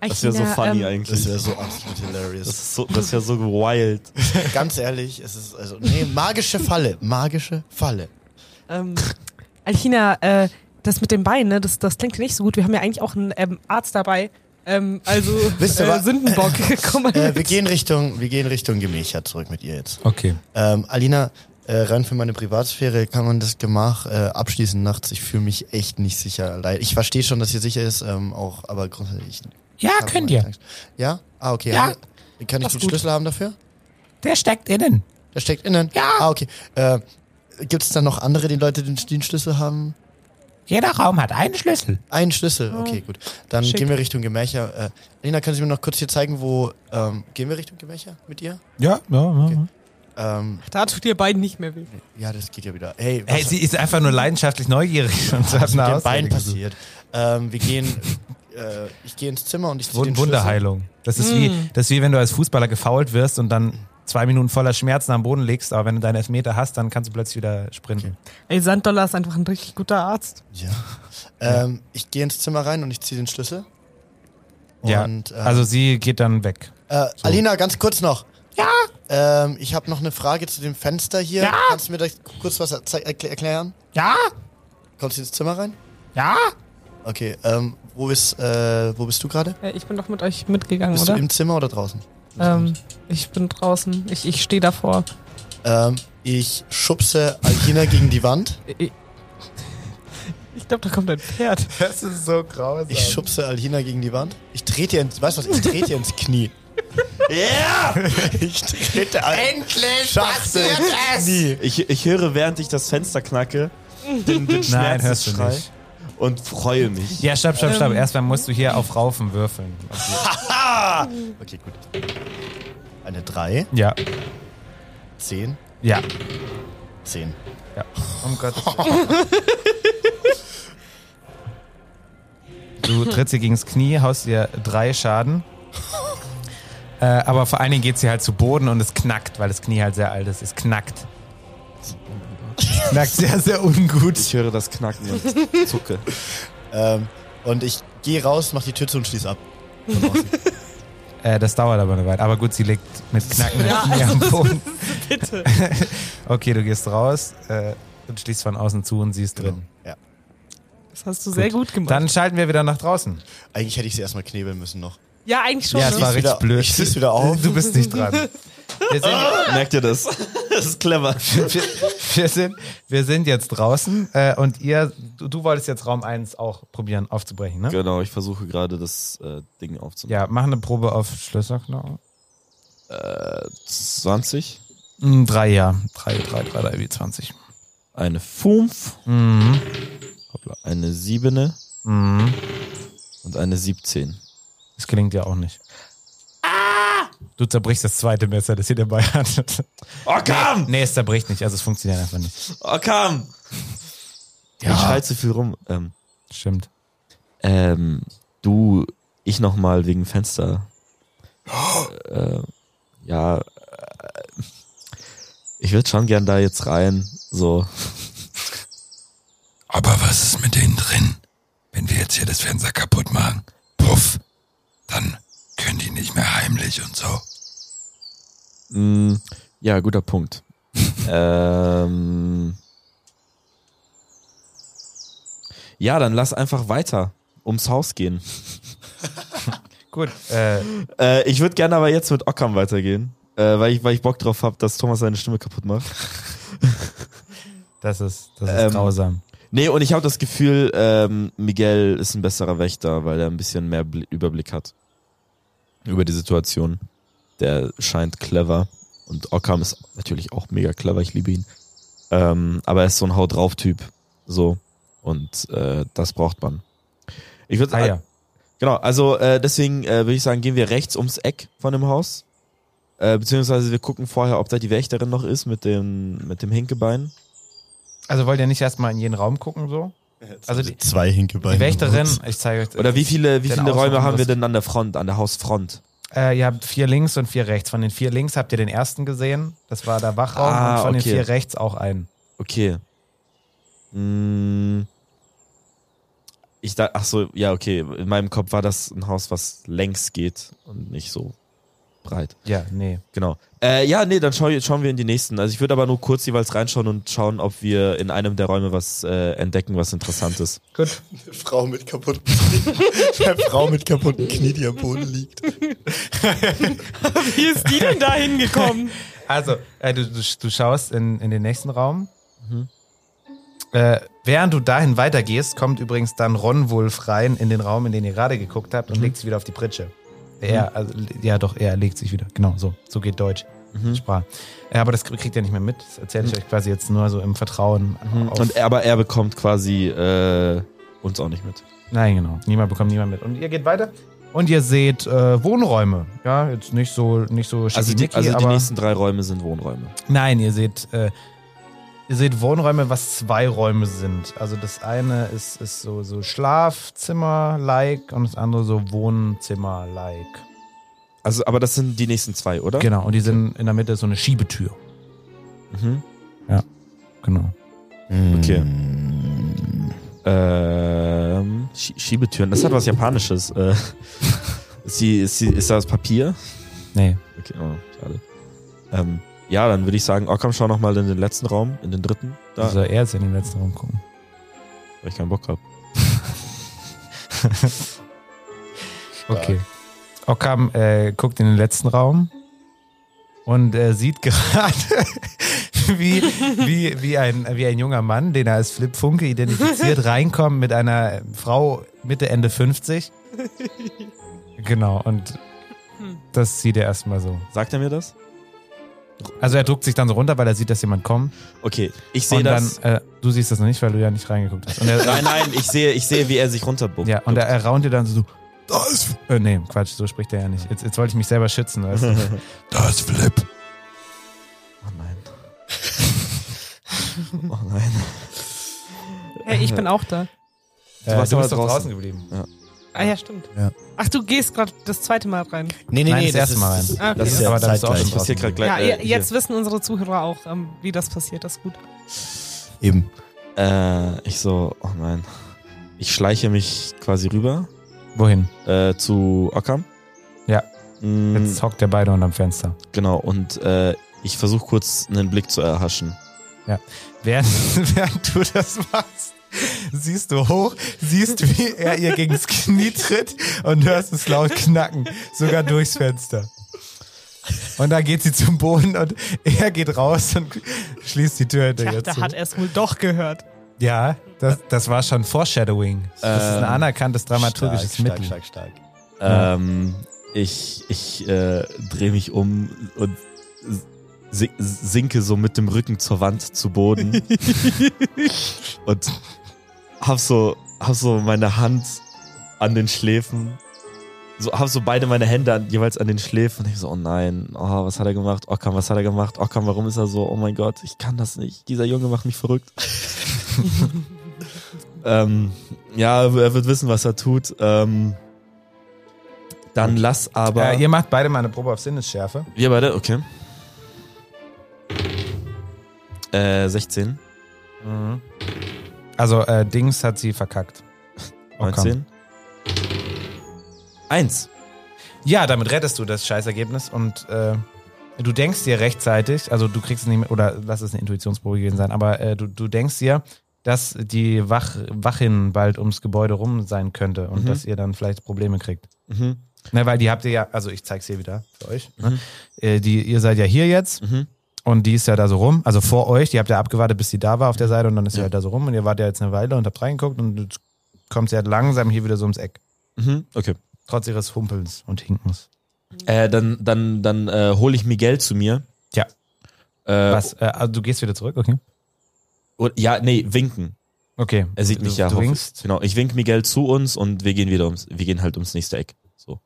Speaker 6: Das ist ja so funny eigentlich.
Speaker 3: Das wäre so absolut hilarious.
Speaker 6: Das ist, so, das ist ja so wild.
Speaker 3: Ganz ehrlich, es ist also nee, magische Falle, magische Falle.
Speaker 5: Ähm, Alchina, äh, das mit dem Bein, ne, das, das klingt ja nicht so gut. Wir haben ja eigentlich auch einen ähm, Arzt dabei. Ähm, also,
Speaker 3: Wisst ihr
Speaker 5: äh,
Speaker 3: was?
Speaker 5: Sündenbock, komm mal
Speaker 3: Äh, wir
Speaker 5: mit.
Speaker 3: gehen Richtung, wir gehen Richtung Gemächer zurück mit ihr jetzt.
Speaker 4: Okay.
Speaker 3: Ähm, Alina, äh, rein für meine Privatsphäre kann man das Gemach äh, abschließen nachts. Ich fühle mich echt nicht sicher. Leid- Ich verstehe schon, dass hier sicher ist, ähm, auch, aber grundsätzlich.
Speaker 4: Ja,
Speaker 3: hab
Speaker 4: könnt
Speaker 3: mal
Speaker 4: ihr.
Speaker 3: Angst. Ja? Ah, okay.
Speaker 4: Ja.
Speaker 3: Haben wir- Kann ich
Speaker 5: Mach's
Speaker 3: den
Speaker 5: gut.
Speaker 3: Schlüssel haben dafür?
Speaker 4: Der steckt innen.
Speaker 3: Der steckt innen.
Speaker 4: Ja.
Speaker 3: Ah, okay. Äh, Gibt es da noch andere, die Leute den, den Schlüssel haben?
Speaker 4: Jeder Raum hat einen Schlüssel.
Speaker 3: Einen Schlüssel. Okay, gut. Dann
Speaker 5: Schick.
Speaker 3: gehen wir Richtung Gemächer. Äh, Alina, können Sie mir noch kurz hier zeigen, wo ähm, gehen wir Richtung Gemächer mit ihr?
Speaker 4: Ja, ja, ja.
Speaker 3: Ähm,
Speaker 5: Da tut ihr beiden nicht mehr weh.
Speaker 3: ja, das geht ja wieder. Hey, was
Speaker 4: Hey, sie ist einfach nur leidenschaftlich neugierig und hat
Speaker 3: ist mit
Speaker 4: eine
Speaker 3: dem
Speaker 4: Ausrede
Speaker 3: Bein
Speaker 4: gesucht.
Speaker 3: passiert? Ähm, wir gehen. Äh, ich gehe ins Zimmer und ich ziehe
Speaker 4: Wund
Speaker 3: den Schlüssel.
Speaker 4: Wunderheilung. Das ist,
Speaker 3: Mm.
Speaker 4: wie, das ist wie wenn du als Fußballer gefoult wirst und dann zwei Minuten voller Schmerzen am Boden legst, aber wenn du deinen Elfmeter hast, dann kannst du plötzlich wieder sprinten.
Speaker 5: Ey, Sanddollar ist einfach ein richtig guter Arzt.
Speaker 3: Ja. Ähm, ich gehe ins Zimmer rein und ich ziehe den Schlüssel.
Speaker 4: Ja.
Speaker 3: Und, äh,
Speaker 4: also sie geht dann weg.
Speaker 3: Äh, Alina, ganz kurz noch. Ja. Ähm, ich habe noch eine Frage zu dem Fenster hier.
Speaker 4: Ja.
Speaker 3: Kannst du mir da kurz was erzei- erkl erklären?
Speaker 4: Ja?
Speaker 3: Kommst du ins Zimmer rein?
Speaker 4: Ja?
Speaker 3: Okay. Ähm, wo ist, äh, wo bist du gerade?
Speaker 5: Äh, ich bin doch mit euch mitgegangen,
Speaker 3: Bist du
Speaker 5: oder?
Speaker 3: im Zimmer oder draußen?
Speaker 5: Ähm, ich bin draußen. Ich, ich stehe davor.
Speaker 3: Ähm, ich schubse Alina gegen die Wand.
Speaker 5: Ich, ich glaube, da kommt ein Pferd.
Speaker 4: Das ist so grausam.
Speaker 3: Ich schubse Alina gegen die Wand. Ich trete ihr ins, weißt du was? Ich trete ihr ins Knie. Ja! Ich trete Al
Speaker 4: Endlich
Speaker 3: Schachtel
Speaker 4: passiert
Speaker 3: ins Knie.
Speaker 6: Ich, ich höre, während ich das Fenster knacke, den, den
Speaker 4: Nein, hörst du
Speaker 6: Schmerzensschrei
Speaker 4: nicht.
Speaker 6: und freue mich.
Speaker 4: Ja, stopp, stopp, stopp. Erstmal musst du hier auf Raufen würfeln.
Speaker 3: Okay, gut. Eine 3,
Speaker 4: Ja,
Speaker 3: 10,
Speaker 4: ja,
Speaker 3: 10.
Speaker 4: ja. Um Gottes Du trittst ihr gegens Knie, haust ihr drei Schaden. Äh, aber vor allen Dingen geht sie halt zu Boden und es knackt, weil das Knie halt sehr alt ist. Es knackt. Es knackt sehr, sehr ungut.
Speaker 6: Ich höre das Knacken und zucke.
Speaker 3: Ähm, und ich gehe raus, mach die Tür zu und schließ ab. Von außen.
Speaker 4: Äh, das dauert aber eine Weile. Aber gut, sie liegt mit knackendem Knie am Boden.
Speaker 5: Bitte.
Speaker 4: Okay, du gehst raus äh, und schließt von außen zu und sie ist drin.
Speaker 3: ja.
Speaker 5: Das hast du sehr gut gemacht.
Speaker 4: Dann schalten wir wieder nach draußen.
Speaker 3: Eigentlich hätte ich sie erstmal knebeln müssen noch.
Speaker 5: ja, eigentlich schon.
Speaker 4: Ja, es
Speaker 5: ne?
Speaker 4: war
Speaker 3: Siehst wieder-
Speaker 4: richtig blöd.
Speaker 3: ich sieh's wieder auf.
Speaker 4: Du bist nicht dran. Wir sind,
Speaker 6: Merkt ihr das? Das ist clever.
Speaker 4: wir, wir sind, wir sind jetzt draußen äh, und ihr, du, du wolltest jetzt Raum 1 auch probieren aufzubrechen, ne?
Speaker 6: Genau, ich versuche gerade das äh, Ding aufzumachen.
Speaker 4: Ja, mach eine Probe auf Schlösserknochen.
Speaker 6: 20.
Speaker 4: Hm, Drei, ja. Drei, drei, drei, drei, wie 20.
Speaker 6: Eine 5.
Speaker 4: Mhm.
Speaker 6: Hoppla. Eine 7.
Speaker 4: Mhm.
Speaker 6: und eine 17.
Speaker 4: Das gelingt ja auch nicht. Du zerbrichst das zweite Messer, das ihr dabei hattet.
Speaker 6: Oh
Speaker 4: Nee,
Speaker 6: komm!
Speaker 4: nee, es zerbricht nicht, also es funktioniert einfach nicht.
Speaker 6: Oh komm! Ich schreie zu viel rum. Ähm,
Speaker 4: Stimmt.
Speaker 6: ähm, du, ich nochmal wegen Fenster. äh, ja. Äh, ich würde schon gern da jetzt rein. So.
Speaker 7: Aber was ist mit denen drin? Wenn wir jetzt hier das Fenster kaputt machen, puff, dann können die nicht mehr heimlich und so.
Speaker 6: Mm, ja, guter Punkt. ähm, ja, dann lass einfach weiter ums Haus gehen.
Speaker 4: Gut. Äh,
Speaker 6: Äh, ich würde gerne aber jetzt mit Ockam weitergehen, äh, weil, ich, weil ich Bock drauf habe, dass Thomas seine Stimme kaputt macht.
Speaker 4: das ist, das ist
Speaker 6: Ähm,
Speaker 4: grausam.
Speaker 6: Nee, und ich habe das Gefühl, ähm, Miguel ist ein besserer Wächter, weil er ein bisschen mehr Bl Überblick hat über die Situation. Der scheint clever und Ockam ist natürlich auch mega clever, ich liebe ihn. Ähm, aber er ist so ein Haut drauf Typ, so und äh, das braucht man. Ich würde
Speaker 4: Ah ja.
Speaker 6: Genau, also äh, deswegen äh, würde ich sagen, gehen wir rechts ums Eck von dem Haus. Äh, beziehungsweise wir gucken vorher, ob da die Wächterin noch ist mit dem, mit dem Hinkebein.
Speaker 4: Also wollt ihr nicht erstmal in jeden Raum gucken so? Also die,
Speaker 3: Zwei Hinkebeine.
Speaker 4: die Wächterin, ich zeige euch.
Speaker 6: Oder wie viele, wie
Speaker 4: Den
Speaker 6: viele Räume
Speaker 4: Ausraum
Speaker 6: haben wir
Speaker 4: des-
Speaker 6: denn an der Front, an der Hausfront?
Speaker 4: Äh, ihr habt vier links und vier rechts. Von den vier links habt ihr den ersten gesehen. Das war der Wachraum.
Speaker 6: Ah,
Speaker 4: und von den
Speaker 6: okay.
Speaker 4: vier rechts auch einen.
Speaker 6: Okay. Hm. Ich da, ach so, ja, okay. In meinem Kopf war das ein Haus, was längs geht und nicht so breit.
Speaker 4: Ja, nee.
Speaker 6: Genau. Äh, ja, nee, dann schau, schauen wir in die nächsten. Also ich würde aber nur kurz jeweils reinschauen und schauen, ob wir in einem der Räume was äh, entdecken, was interessant ist.
Speaker 4: Gut.
Speaker 3: Frau mit kaputten Knien. Frau mit kaputten Knie, die am Boden liegt.
Speaker 5: Wie ist die denn da hingekommen?
Speaker 4: Also, äh, du, du, du schaust in, in den nächsten Raum.
Speaker 6: Mhm.
Speaker 4: Äh, während du dahin weitergehst, kommt übrigens dann Ron Wolf rein in den Raum, in den ihr gerade geguckt habt und
Speaker 6: Mhm.
Speaker 4: legt sich wieder auf die Pritsche. Er, also, ja, doch, er legt sich wieder. Genau, so. So geht Deutsch.
Speaker 6: Mhm.
Speaker 4: Sprache. Ja, aber das kriegt ihr nicht mehr mit. Das erzähle ich euch quasi jetzt nur so im Vertrauen. auf-
Speaker 6: Mhm. Und er, aber er bekommt quasi äh, uns auch nicht mit.
Speaker 4: Nein, genau. Niemand bekommt niemand mit. Und ihr geht weiter und ihr seht äh, Wohnräume. Ja, jetzt nicht so nicht so
Speaker 6: Also die,
Speaker 4: schickimicki,
Speaker 6: also die
Speaker 4: aber
Speaker 6: nächsten drei Räume sind Wohnräume.
Speaker 4: nein, ihr seht äh, ihr seht Wohnräume, was zwei Räume sind. Also das eine ist ist so so Schlafzimmer like und das andere so Wohnzimmer like.
Speaker 6: Also, aber das sind die nächsten zwei, oder?
Speaker 4: Genau, und die sind in der Mitte ist so eine Schiebetür.
Speaker 6: Mhm.
Speaker 4: Genau.
Speaker 6: Okay. Ähm, Schie- Schiebetüren. Das hat was Japanisches. Äh, ist, die, ist, die, ist das Papier?
Speaker 4: Nee.
Speaker 6: Okay, oh, schade. Ähm, ja, dann würde ich sagen, oh komm, schau nochmal in den letzten Raum, in den dritten. Da,
Speaker 4: Soll er jetzt in den letzten Raum gucken.
Speaker 6: weil ich keinen Bock habe.
Speaker 4: Okay. Occam äh, guckt in den letzten Raum und äh, sieht gerade, wie, wie, wie, ein, wie ein junger Mann, den er als Flip Funke identifiziert, reinkommt mit einer Frau Mitte, Ende 50. Genau, und das sieht er erstmal so.
Speaker 6: Sagt er mir das?
Speaker 4: Also er druckt sich dann so runter, weil er sieht, dass jemand kommt.
Speaker 6: Okay, ich sehe
Speaker 4: Und dann,
Speaker 6: das.
Speaker 4: äh, du siehst das noch nicht, weil du ja nicht reingeguckt hast. Und er,
Speaker 6: nein, nein, ich sehe, ich sehe, wie er sich runterbuckt.
Speaker 4: Ja, und er, er raunt dir dann so, da ist... Äh, nee, Quatsch, so spricht er ja nicht. Jetzt, jetzt wollte ich mich selber schützen, weißt du.
Speaker 7: Da ist Flip.
Speaker 6: Oh nein. oh nein.
Speaker 5: Hey, ich bin auch da.
Speaker 4: Du,
Speaker 6: warst
Speaker 4: du
Speaker 6: aber
Speaker 4: bist doch
Speaker 6: draußen.
Speaker 4: draußen geblieben.
Speaker 5: Ah ja, stimmt.
Speaker 3: Ja.
Speaker 5: Ach, du gehst gerade das zweite Mal rein.
Speaker 3: Nee, nee,
Speaker 4: Nein,
Speaker 3: nee,
Speaker 4: das erste Mal
Speaker 3: ist-
Speaker 4: rein.
Speaker 5: Ah, okay.
Speaker 3: Das ist ja
Speaker 4: Aber da bist du auch
Speaker 3: zeitgleich.
Speaker 4: schon
Speaker 6: Passiert gerade gleich.
Speaker 5: ja,
Speaker 6: äh,
Speaker 5: ihr-
Speaker 6: hier.
Speaker 5: jetzt wissen unsere Zuhörer auch, ähm, wie das passiert. Das ist gut.
Speaker 3: Eben.
Speaker 6: Äh, ich so, oh nein. Ich schleiche mich quasi rüber
Speaker 4: Wohin?
Speaker 6: äh, zu Ockam.
Speaker 4: Ja.
Speaker 6: Mm,
Speaker 4: Jetzt hockt der beide unterm Fenster.
Speaker 6: Genau, und äh, ich versuche kurz einen Blick zu erhaschen.
Speaker 4: Während, während du das machst, siehst du hoch, siehst, wie er ihr gegens Knie tritt und hörst es laut knacken, sogar durchs Fenster. Und dann geht sie zum Boden und er geht raus und schließt die Tür hinter
Speaker 5: Ja,
Speaker 4: ihr
Speaker 5: da
Speaker 4: zu.
Speaker 5: hat er es wohl doch gehört.
Speaker 4: Ja, das, das war schon Foreshadowing. Das ist ein
Speaker 6: Ähm,
Speaker 4: anerkanntes dramaturgisches Mittel.
Speaker 3: stark, stark.
Speaker 4: Ja.
Speaker 6: Ähm, ich ich äh, drehe mich um und si- sinke so mit dem Rücken zur Wand zu Boden und hab so hab so meine Hand an den Schläfen. So, hab so beide meine Hände an, jeweils an den Schläfen. Und ich so, oh nein, oh, was hat er gemacht? Ockam, was hat er gemacht? Ockam, warum ist er so? Oh mein Gott, ich kann das nicht. Dieser Junge macht mich verrückt. ähm, ja, er wird wissen, was er tut. Ähm, dann lass aber.
Speaker 4: Äh, ihr macht beide mal eine Probe auf Sinnesschärfe.
Speaker 6: Wir beide, okay. Äh, 16,
Speaker 4: Oh, Also äh, Dings hat sie verkackt. Ockam.
Speaker 6: 19. Eins.
Speaker 4: Ja, damit rettest du das Scheißergebnis und äh, du denkst dir rechtzeitig, also du kriegst es nicht mehr, oder lass es eine Intuitionsprobe gewesen sein, aber äh, du, du denkst dir, dass die Wach, Wachin bald ums Gebäude rum sein könnte und
Speaker 6: Mhm.
Speaker 4: dass ihr dann vielleicht Probleme kriegt.
Speaker 6: Mhm.
Speaker 4: Na, weil die habt ihr ja, also ich zeig's hier wieder für euch. Ne? Äh, die, ihr seid ja hier jetzt
Speaker 6: Mhm.
Speaker 4: und die ist ja da so rum, also vor euch, die habt ihr abgewartet, bis sie da war auf der Seite und dann ist sie halt da so rum und ihr wart ja jetzt eine Weile und habt reingeguckt und jetzt kommt sie halt langsam hier wieder so ums Eck.
Speaker 6: Mhm. Okay.
Speaker 4: Trotz ihres Humpelns und Hinkens.
Speaker 6: Äh, dann dann, dann äh, hole ich Miguel zu mir.
Speaker 4: Tja.
Speaker 6: Äh,
Speaker 4: Was? Äh, also du gehst wieder zurück, okay?
Speaker 6: o- Ja, nee, winken.
Speaker 4: Okay.
Speaker 6: Er sieht
Speaker 4: Du-
Speaker 6: mich ja.
Speaker 4: Du
Speaker 6: hoffe ich.
Speaker 4: winkst.
Speaker 6: Genau, ich wink Miguel zu uns und wir gehen wieder ums, wir gehen halt ums nächste Eck. So.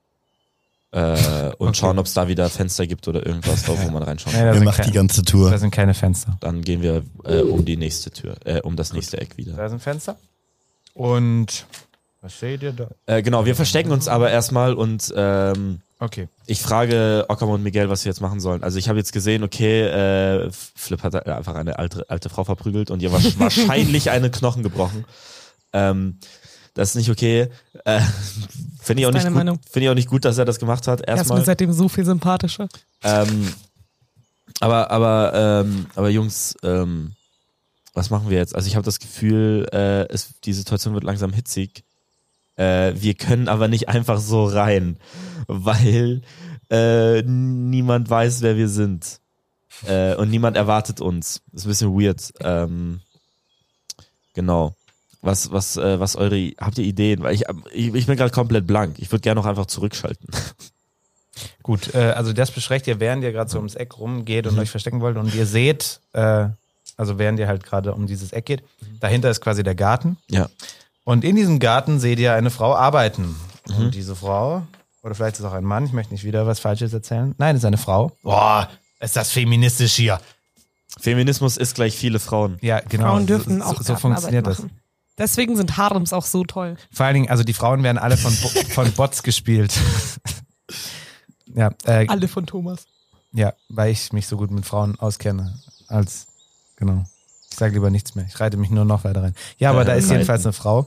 Speaker 6: Äh, und
Speaker 4: Okay.
Speaker 6: schauen, ob es da wieder Fenster gibt oder irgendwas, wo man reinschauen
Speaker 4: Nee, da,
Speaker 6: kann.
Speaker 3: Er
Speaker 4: sind
Speaker 3: macht die
Speaker 4: keine,
Speaker 3: ganze
Speaker 4: da
Speaker 3: Tour.
Speaker 4: sind keine Fenster.
Speaker 6: Dann gehen wir äh, um die nächste Tür, äh, um das nächste Eck wieder.
Speaker 4: Da sind Fenster. Und was seht ihr da?
Speaker 6: Äh, genau, wir verstecken uns aber erstmal und ähm,
Speaker 4: Okay.
Speaker 6: ich frage Ockam und Miguel, was wir jetzt machen sollen. Also ich habe jetzt gesehen, okay, äh, Flip hat einfach eine alte, alte Frau verprügelt und ihr war wahrscheinlich eine Knochen gebrochen. Ähm, das ist nicht okay. Äh, Finde ich, auch
Speaker 5: ist
Speaker 6: nicht
Speaker 5: deine
Speaker 6: gut-
Speaker 5: Meinung.
Speaker 6: finde ich auch nicht gut, dass er das gemacht hat.
Speaker 5: Er ist mir
Speaker 6: Erstmal.
Speaker 5: seitdem so viel sympathischer.
Speaker 6: Ähm, aber, aber, ähm, aber Jungs, ähm, was machen wir jetzt? Also ich habe das Gefühl, äh, es, die Situation wird langsam hitzig. Äh, wir können aber nicht einfach so rein, weil äh, niemand weiß, wer wir sind. Äh, und niemand erwartet uns. Ist ein bisschen weird. Ähm, genau. Was, was, äh, was eure, habt ihr Ideen? Weil ich, ich, ich bin gerade komplett blank. Ich würde gerne noch einfach zurückschalten.
Speaker 4: Gut, äh, also das beschreibt ihr, während ihr gerade so ums Eck rumgeht
Speaker 6: Mhm.
Speaker 4: und euch verstecken wollt und ihr seht, äh, also während ihr halt gerade um dieses Eck geht, dahinter ist quasi der Garten.
Speaker 6: Mhm. Ja.
Speaker 4: Und in diesem Garten seht ihr eine Frau arbeiten.
Speaker 6: Mhm.
Speaker 4: Und diese Frau, oder vielleicht ist es auch ein Mann, ich möchte nicht wieder was Falsches erzählen. Nein, es ist eine Frau. Boah, ist das feministisch hier.
Speaker 6: Feminismus ist gleich viele Frauen.
Speaker 4: Ja, genau.
Speaker 5: Frauen dürfen
Speaker 4: so,
Speaker 5: auch
Speaker 4: so
Speaker 5: Gartenarbeit
Speaker 4: funktioniert das.
Speaker 5: machen. Deswegen sind Harems auch so toll.
Speaker 4: Vor allen Dingen, also die Frauen werden alle von, Bo von Bots gespielt. ja, äh,
Speaker 5: Alle von Thomas.
Speaker 4: ja, weil ich mich so gut mit Frauen auskenne. Als, genau. Ich sage lieber nichts mehr. Ich reite mich nur noch weiter rein. Ja, aber da ist
Speaker 6: Reiten.
Speaker 4: jedenfalls eine Frau.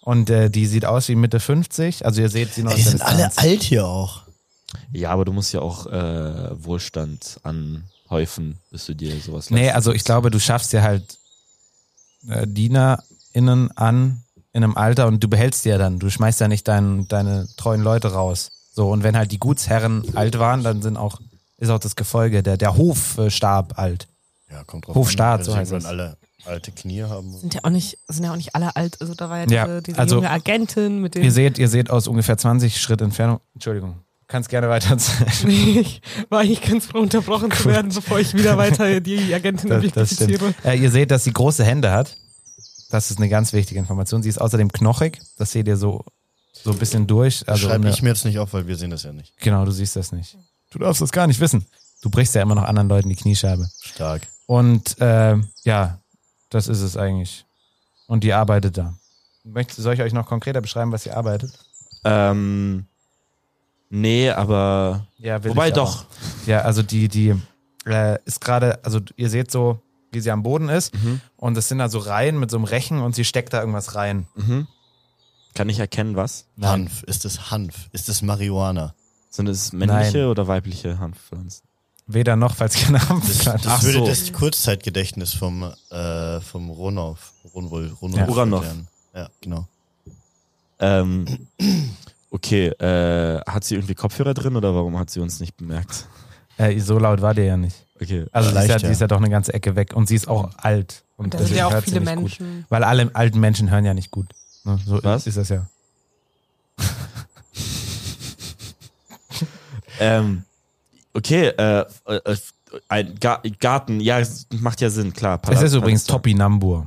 Speaker 4: Und äh, die sieht aus wie Mitte 50. Also ihr seht sie noch.
Speaker 3: Ey,
Speaker 4: aus
Speaker 3: die
Speaker 4: der
Speaker 3: sind alle
Speaker 4: Distanz.
Speaker 3: alt hier auch.
Speaker 6: Ja, aber du musst ja auch äh, Wohlstand anhäufen, bis du dir sowas
Speaker 4: Nee,
Speaker 6: leisten
Speaker 4: also ich
Speaker 6: kannst.
Speaker 4: glaube, du schaffst dir halt äh, DienerInnen an in einem Alter und du behältst die ja dann. Du schmeißt ja nicht dein, deine treuen Leute raus. So, und wenn halt die Gutsherren alt waren, dann sind auch, ist auch das Gefolge, der, der Hofstab alt.
Speaker 3: Ja, kommt drauf
Speaker 4: Hofstaat,
Speaker 3: an.
Speaker 4: so
Speaker 3: Wenn
Speaker 4: heißt
Speaker 3: sie
Speaker 4: es.
Speaker 3: alle alte Knie haben.
Speaker 5: Sind ja auch nicht, sind ja auch nicht alle alt. Also da war ja
Speaker 4: Ja,
Speaker 5: diese, diese
Speaker 4: also-
Speaker 5: junge Agentin mit
Speaker 4: Ihr
Speaker 5: dem.
Speaker 4: seht, ihr seht aus ungefähr 20 Schritt Entfernung. Entschuldigung, du kannst gerne weiter erzählen.
Speaker 5: ich war eigentlich ganz froh, unterbrochen zu werden, bevor ich wieder weiter die Agentin
Speaker 4: Das, das stimmt.
Speaker 5: identifiziere.
Speaker 4: Äh, ihr seht, dass sie große Hände hat. Das ist eine ganz wichtige Information. Sie ist außerdem knochig. Das seht ihr so, so ein bisschen durch.
Speaker 3: Das
Speaker 4: Also
Speaker 3: schreibe
Speaker 4: eine-
Speaker 3: ich mir jetzt nicht auf, weil wir sehen das ja nicht.
Speaker 4: Genau, du siehst das nicht. Du darfst das gar nicht wissen. Du brichst ja immer noch anderen Leuten die Kniescheibe.
Speaker 3: Stark.
Speaker 4: Und äh, ja, das ist es eigentlich. Und die arbeitet da. Möchtest, soll ich euch noch konkreter beschreiben, was sie arbeitet?
Speaker 6: Ähm, nee, aber.
Speaker 4: Ja,
Speaker 6: Wobei doch.
Speaker 4: Ja, also die, die äh, ist gerade, also ihr seht so, wie sie am Boden ist.
Speaker 6: Mhm.
Speaker 4: Und das sind da so Reihen mit so einem Rechen und sie steckt da irgendwas rein.
Speaker 6: Mhm. Kann ich erkennen, was?
Speaker 3: Hanf. Ist es Hanf? Ist es Marihuana?
Speaker 6: Sind es männliche
Speaker 4: Nein.
Speaker 6: oder weibliche Hanfpflanzen?
Speaker 4: Weder noch, falls keine
Speaker 3: Das,
Speaker 4: Ampfpflanze.
Speaker 3: das
Speaker 6: Ach
Speaker 3: würde
Speaker 6: so.
Speaker 3: das Kurzzeitgedächtnis vom, äh, vom Ronov, Ronwol, Ronov
Speaker 4: Ja.
Speaker 6: Uranov.
Speaker 3: erklären. Ja, genau.
Speaker 6: Ähm, okay, äh, hat sie irgendwie Kopfhörer drin oder warum hat sie uns nicht bemerkt?
Speaker 4: Äh, so laut war der ja nicht.
Speaker 6: Okay.
Speaker 4: Also sie ist, ja,
Speaker 3: Leichter.
Speaker 4: sie ist ja doch eine ganze Ecke weg und sie ist auch alt. Und
Speaker 5: Da sind
Speaker 4: deswegen
Speaker 5: ja auch
Speaker 4: hört sie
Speaker 5: viele
Speaker 4: nicht gut.
Speaker 5: Menschen.
Speaker 4: Weil alle alten Menschen hören ja nicht gut. Ne? So
Speaker 6: Was?
Speaker 4: ist das ja.
Speaker 6: Ähm, okay, äh, äh, äh, ein Ga Garten, ja, es macht ja Sinn, klar.
Speaker 4: Es
Speaker 6: Palas-
Speaker 4: ist übrigens
Speaker 6: Palästina.
Speaker 4: Topinambur,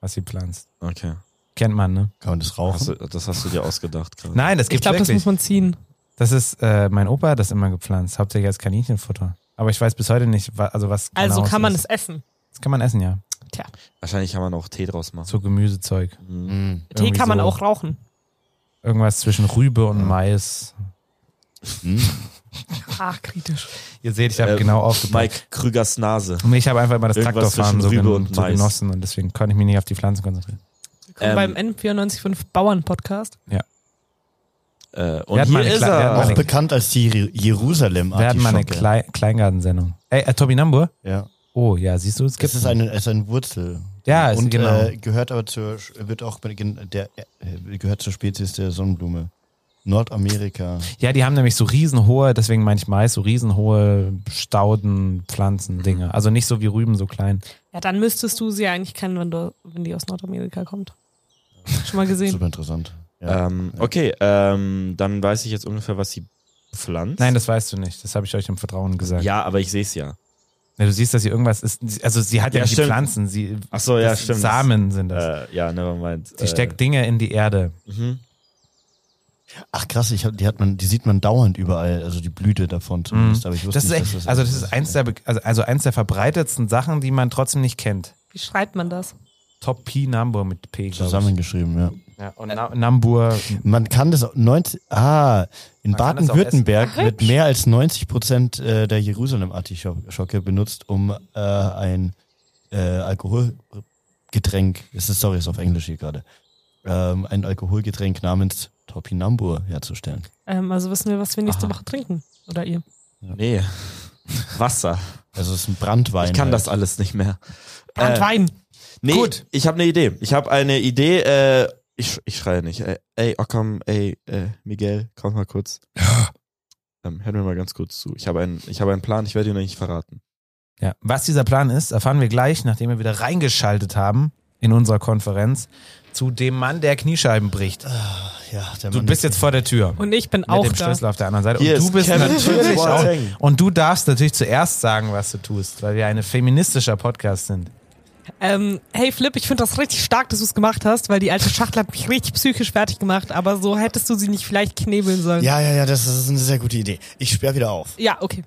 Speaker 4: was sie pflanzt.
Speaker 6: Okay.
Speaker 4: Kennt man, ne?
Speaker 3: Kann man das
Speaker 6: Hast
Speaker 3: rauchen?
Speaker 6: du, das hast du dir ausgedacht gerade.
Speaker 4: Nein, das
Speaker 5: Ich
Speaker 4: gibt's
Speaker 5: glaube, das
Speaker 4: wirklich.
Speaker 5: muss man ziehen.
Speaker 4: das ist, äh, mein Opa hat das immer gepflanzt, hauptsächlich als Kaninchenfutter. Aber ich weiß bis heute nicht, wa also was
Speaker 5: Also
Speaker 4: genau
Speaker 5: kann man
Speaker 4: ist.
Speaker 5: es essen.
Speaker 4: Das kann man essen, ja.
Speaker 6: Wahrscheinlich kann man auch Tee draus machen.
Speaker 4: So Gemüsezeug.
Speaker 3: Mhm.
Speaker 5: Tee
Speaker 4: Irgendwie
Speaker 5: kann man
Speaker 4: so.
Speaker 5: auch rauchen.
Speaker 4: Irgendwas zwischen Rübe und Mais.
Speaker 5: Ach, kritisch.
Speaker 4: Ihr seht, ich habe
Speaker 6: Äh,
Speaker 4: genau aufgepasst.
Speaker 6: Mike Krügers Nase.
Speaker 4: Und ich habe einfach immer das
Speaker 6: Irgendwas
Speaker 4: Traktorfahren so,
Speaker 6: zwischen
Speaker 4: gen
Speaker 6: Rübe und
Speaker 4: so
Speaker 6: Mais.
Speaker 4: genossen und deswegen konnte ich mich nicht auf die Pflanzen konzentrieren.
Speaker 6: Ähm,
Speaker 5: Beim N945 Bauern-Podcast.
Speaker 6: Äh,
Speaker 4: Wir
Speaker 6: und
Speaker 4: hatten mal
Speaker 6: hier
Speaker 4: eine
Speaker 6: ist
Speaker 4: Kle- wir hatten
Speaker 6: er.
Speaker 4: mal
Speaker 3: Auch
Speaker 4: eine-
Speaker 3: bekannt als die Jer- jerusalem
Speaker 6: Ah,
Speaker 4: Wir hatten mal eine
Speaker 3: Artischocke.
Speaker 4: Klei Kleingartensendung. Ey, äh, Tobi Nambur?
Speaker 3: Ja.
Speaker 4: Oh, ja, siehst du, es gibt
Speaker 3: Es ist eine, es ist eine Wurzel.
Speaker 4: Ja, ist
Speaker 3: Und
Speaker 4: genau.
Speaker 3: äh, gehört aber zur, wird auch bei gen- der, äh, gehört zur Spezies der Sonnenblume. Nordamerika.
Speaker 4: Ja, die haben nämlich so riesenhohe, deswegen meine ich Mais, so riesenhohe Stauden, Pflanzen, Dinge. Also nicht so wie Rüben, so klein.
Speaker 5: Ja, dann müsstest du sie eigentlich kennen, wenn, du, wenn die aus Nordamerika kommt. Schon mal
Speaker 4: Hm.
Speaker 5: gesehen.
Speaker 3: Super interessant. Ja.
Speaker 6: Ähm, okay, ähm, dann weiß ich jetzt ungefähr, was sie pflanzt.
Speaker 4: Nein, das weißt du nicht. Das habe ich euch im Vertrauen gesagt. Ja.
Speaker 6: ja, aber ich sehe es ja.
Speaker 4: Du siehst, dass sie irgendwas ist. Also sie hat ja,
Speaker 6: Ja,
Speaker 4: nicht die
Speaker 6: stimmt.
Speaker 4: Pflanzen. Sie,
Speaker 6: Ach so, ja,
Speaker 4: das
Speaker 6: stimmt.
Speaker 4: Samen sind das.
Speaker 6: Äh, ja, nevermind.
Speaker 4: sie steckt Dinge in die Erde.
Speaker 6: Äh, mhm.
Speaker 3: Ach krass, ich hab, die, hat man, die sieht man dauernd überall, also die Blüte davon
Speaker 4: Hm.
Speaker 3: zumindest. Aber ich wusste
Speaker 4: Mhm. Das ist
Speaker 3: nicht,
Speaker 4: echt,
Speaker 3: dass
Speaker 4: also das ist eins der, be- also, also eins der verbreitetsten Sachen, die man trotzdem nicht kennt.
Speaker 5: Wie schreibt man das?
Speaker 4: Top P Nambur mit P, glaube
Speaker 3: zusammengeschrieben, ja.
Speaker 4: ich. Ja, und Na Nambur.
Speaker 3: Mhm. Man kann das auch 90, ah, in
Speaker 4: Man kann das auch
Speaker 3: Baden-Württemberg wird mehr als 90 Prozent äh, der Jerusalem-Artischocke benutzt, um äh, ein äh, Alkoholgetränk, es ist, sorry, ist auf Englisch hier gerade, ähm, ein Alkoholgetränk namens Topinambur herzustellen.
Speaker 5: Ähm, also wissen wir, was wir nächste Woche trinken. Oder ihr.
Speaker 6: Äh, Nee. Wasser.
Speaker 3: Also es ist ein Brandwein.
Speaker 6: Ich kann
Speaker 3: halt.
Speaker 6: das alles nicht mehr.
Speaker 4: Äh,
Speaker 6: Äh,
Speaker 5: Brandwein.
Speaker 6: Nee, Gut. ich habe eine Idee. Ich habe eine Idee. Äh, ich, sch- ich schreie nicht. Äh, ey, Occam, ey, äh, Miguel, komm mal kurz.
Speaker 7: Ja.
Speaker 6: Ähm, hört mir mal ganz kurz zu. Ich habe einen, ich habe einen Plan. Ich werde ihn noch nicht verraten.
Speaker 4: Ja. Was dieser Plan ist, erfahren wir gleich, nachdem wir wieder reingeschaltet haben in unserer Konferenz zu dem Mann, der Kniescheiben bricht.
Speaker 3: Ja, der
Speaker 4: Du
Speaker 3: Mann
Speaker 4: bist jetzt vor der Tür.
Speaker 5: Und ich bin
Speaker 4: mit
Speaker 5: auch
Speaker 4: dem
Speaker 5: da.
Speaker 4: Schlüssel auf der anderen Seite.
Speaker 6: Hier
Speaker 4: und du
Speaker 6: ist
Speaker 4: bist
Speaker 6: Kevin
Speaker 4: natürlich auch.
Speaker 6: Boateng.
Speaker 4: Und du darfst natürlich zuerst sagen, was du tust, weil wir ein feministischer Podcast sind.
Speaker 5: Ähm, hey Flip, ich finde das richtig stark, dass du es gemacht hast, weil die alte Schachtel hat mich richtig psychisch fertig gemacht, aber so hättest du sie nicht vielleicht knebeln sollen.
Speaker 3: Ja, ja, ja, das ist eine sehr gute Idee. Ich sperre wieder auf.
Speaker 5: Ja, okay.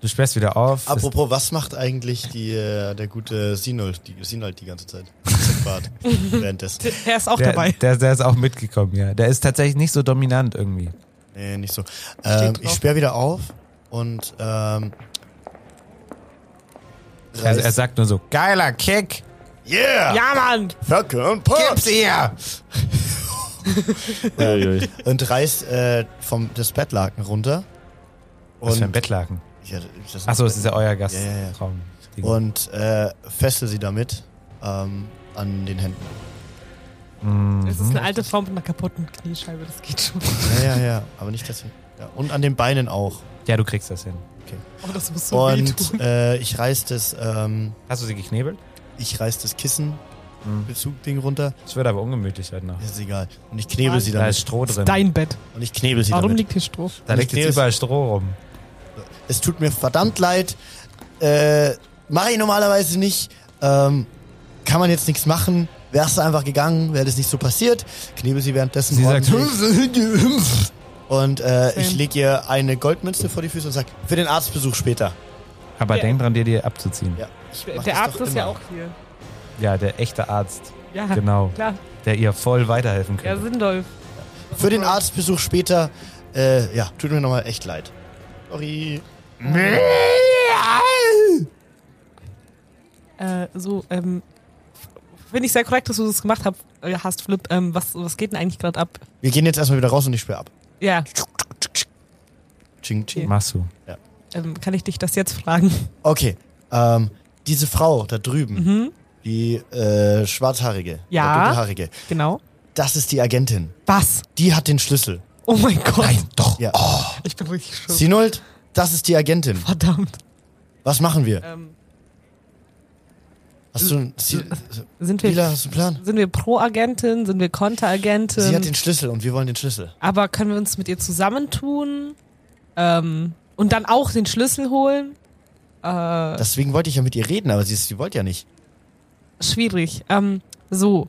Speaker 4: Du sperrst wieder auf. Das-
Speaker 3: Apropos, was macht eigentlich die, äh, der gute Sinold die, Sinold die ganze Zeit? Zipfart. Währenddessen.
Speaker 5: Er ist auch
Speaker 4: der,
Speaker 5: dabei.
Speaker 4: Der, der ist auch mitgekommen, ja. Der ist tatsächlich nicht so dominant irgendwie.
Speaker 3: Nee, nicht so. Ähm,
Speaker 5: drauf.
Speaker 3: ich sperre wieder auf und ähm,
Speaker 4: Also er sagt nur so, geiler Kick,
Speaker 3: Yeah!
Speaker 5: Ja, Mann!
Speaker 3: Fucking
Speaker 4: gib's
Speaker 3: Punch!
Speaker 4: ihr!
Speaker 6: Uiuiui.
Speaker 3: Und reißt äh, vom, das Bettlaken runter.
Speaker 4: Was für ein
Speaker 3: Und-
Speaker 4: Bettlaken.
Speaker 3: Ja, das
Speaker 4: Achso, es ist ja euer Gastraum.
Speaker 3: Ja, ja, ja. Und äh, fessel sie damit ähm, an den Händen.
Speaker 5: Es ist
Speaker 3: Mhm.
Speaker 5: eine alte Frau mit einer kaputten Kniescheibe, das geht schon.
Speaker 3: Ja, ja, ja, aber nicht deswegen. Ja, und an den Beinen auch.
Speaker 4: ja, du kriegst das hin.
Speaker 5: Oh, das muss so
Speaker 3: Und
Speaker 5: wehtun.
Speaker 3: äh, ich reiß das, ähm,
Speaker 4: Hast du sie geknebelt?
Speaker 3: ich reiß das Kissen.
Speaker 4: Mhm.
Speaker 3: Bezugding runter.
Speaker 4: Es wird aber ungemütlich heute Nacht.
Speaker 3: Ist egal. Und ich knebel sie
Speaker 4: Da
Speaker 3: damit.
Speaker 4: ist Stroh drin.
Speaker 5: Dein Bett.
Speaker 3: Und ich knebel sie
Speaker 5: Warum
Speaker 3: damit.
Speaker 5: liegt hier Stroh?
Speaker 4: da liegt
Speaker 3: Nee,
Speaker 4: jetzt
Speaker 3: ist-
Speaker 4: überall Stroh rum.
Speaker 3: Es tut mir verdammt leid. Äh, mache ich normalerweise nicht. Ähm, kann man jetzt nichts machen. Wärst du einfach gegangen, wäre das nicht so passiert. Knebel sie währenddessen
Speaker 4: Sie sagt,
Speaker 3: ordentlich. Und äh, ich
Speaker 5: Same.
Speaker 3: leg ihr eine Goldmünze vor die Füße und sag, für den Arztbesuch später.
Speaker 4: Aber
Speaker 5: Der-
Speaker 4: denk dran, dir die abzuziehen. Ja,
Speaker 3: Ja, ich mach
Speaker 5: Der
Speaker 3: das
Speaker 5: Arzt
Speaker 3: doch
Speaker 5: ist ja
Speaker 3: immer.
Speaker 5: auch hier.
Speaker 4: der echte Arzt,
Speaker 5: Ja,
Speaker 4: genau.
Speaker 5: klar.
Speaker 4: Der ihr voll weiterhelfen
Speaker 5: Ja,
Speaker 3: Genau.
Speaker 4: könnte.
Speaker 5: Sindolf.
Speaker 3: Für den Arztbesuch später, äh, ja, tut mir nochmal echt leid. Sorry.
Speaker 5: Äh, so, ähm, finde ich sehr korrekt, dass du das gemacht hab, äh, hast, Flip. Ähm, was, was geht denn eigentlich gerade ab?
Speaker 3: Wir gehen jetzt erstmal wieder raus und ich sperre ab.
Speaker 5: Ja,
Speaker 3: Ching, ching.
Speaker 4: Machst du.
Speaker 5: ähm, kann ich dich das jetzt fragen?
Speaker 3: Okay, ähm, diese Frau da drüben, die äh, schwarzhaarige,
Speaker 5: Ja.
Speaker 3: oder dunkelhaarige,
Speaker 5: Genau.
Speaker 3: das ist die Agentin.
Speaker 5: Was?
Speaker 3: Die hat den Schlüssel.
Speaker 5: Oh mein Gott. Nein,
Speaker 3: Doch. Ja.
Speaker 5: Ich bin richtig schockiert.
Speaker 3: Sinold, das ist die Agentin.
Speaker 5: Verdammt.
Speaker 3: Was machen wir?
Speaker 5: Ähm,
Speaker 3: Hast du, einen- sie,
Speaker 5: sind wir,
Speaker 3: Lila, hast du einen Plan?
Speaker 5: sind wir Pro-Agentin? Sind wir
Speaker 3: Sie hat
Speaker 5: Konter-Agentin?
Speaker 3: den Schlüssel und wir wollen den Schlüssel.
Speaker 5: Aber können wir uns mit ihr zusammentun? Ähm, und dann auch den Schlüssel holen?
Speaker 3: Deswegen wollte ich ja mit ihr reden, aber sie, ist- sie wollte ja nicht.
Speaker 5: Schwierig. Ähm, so.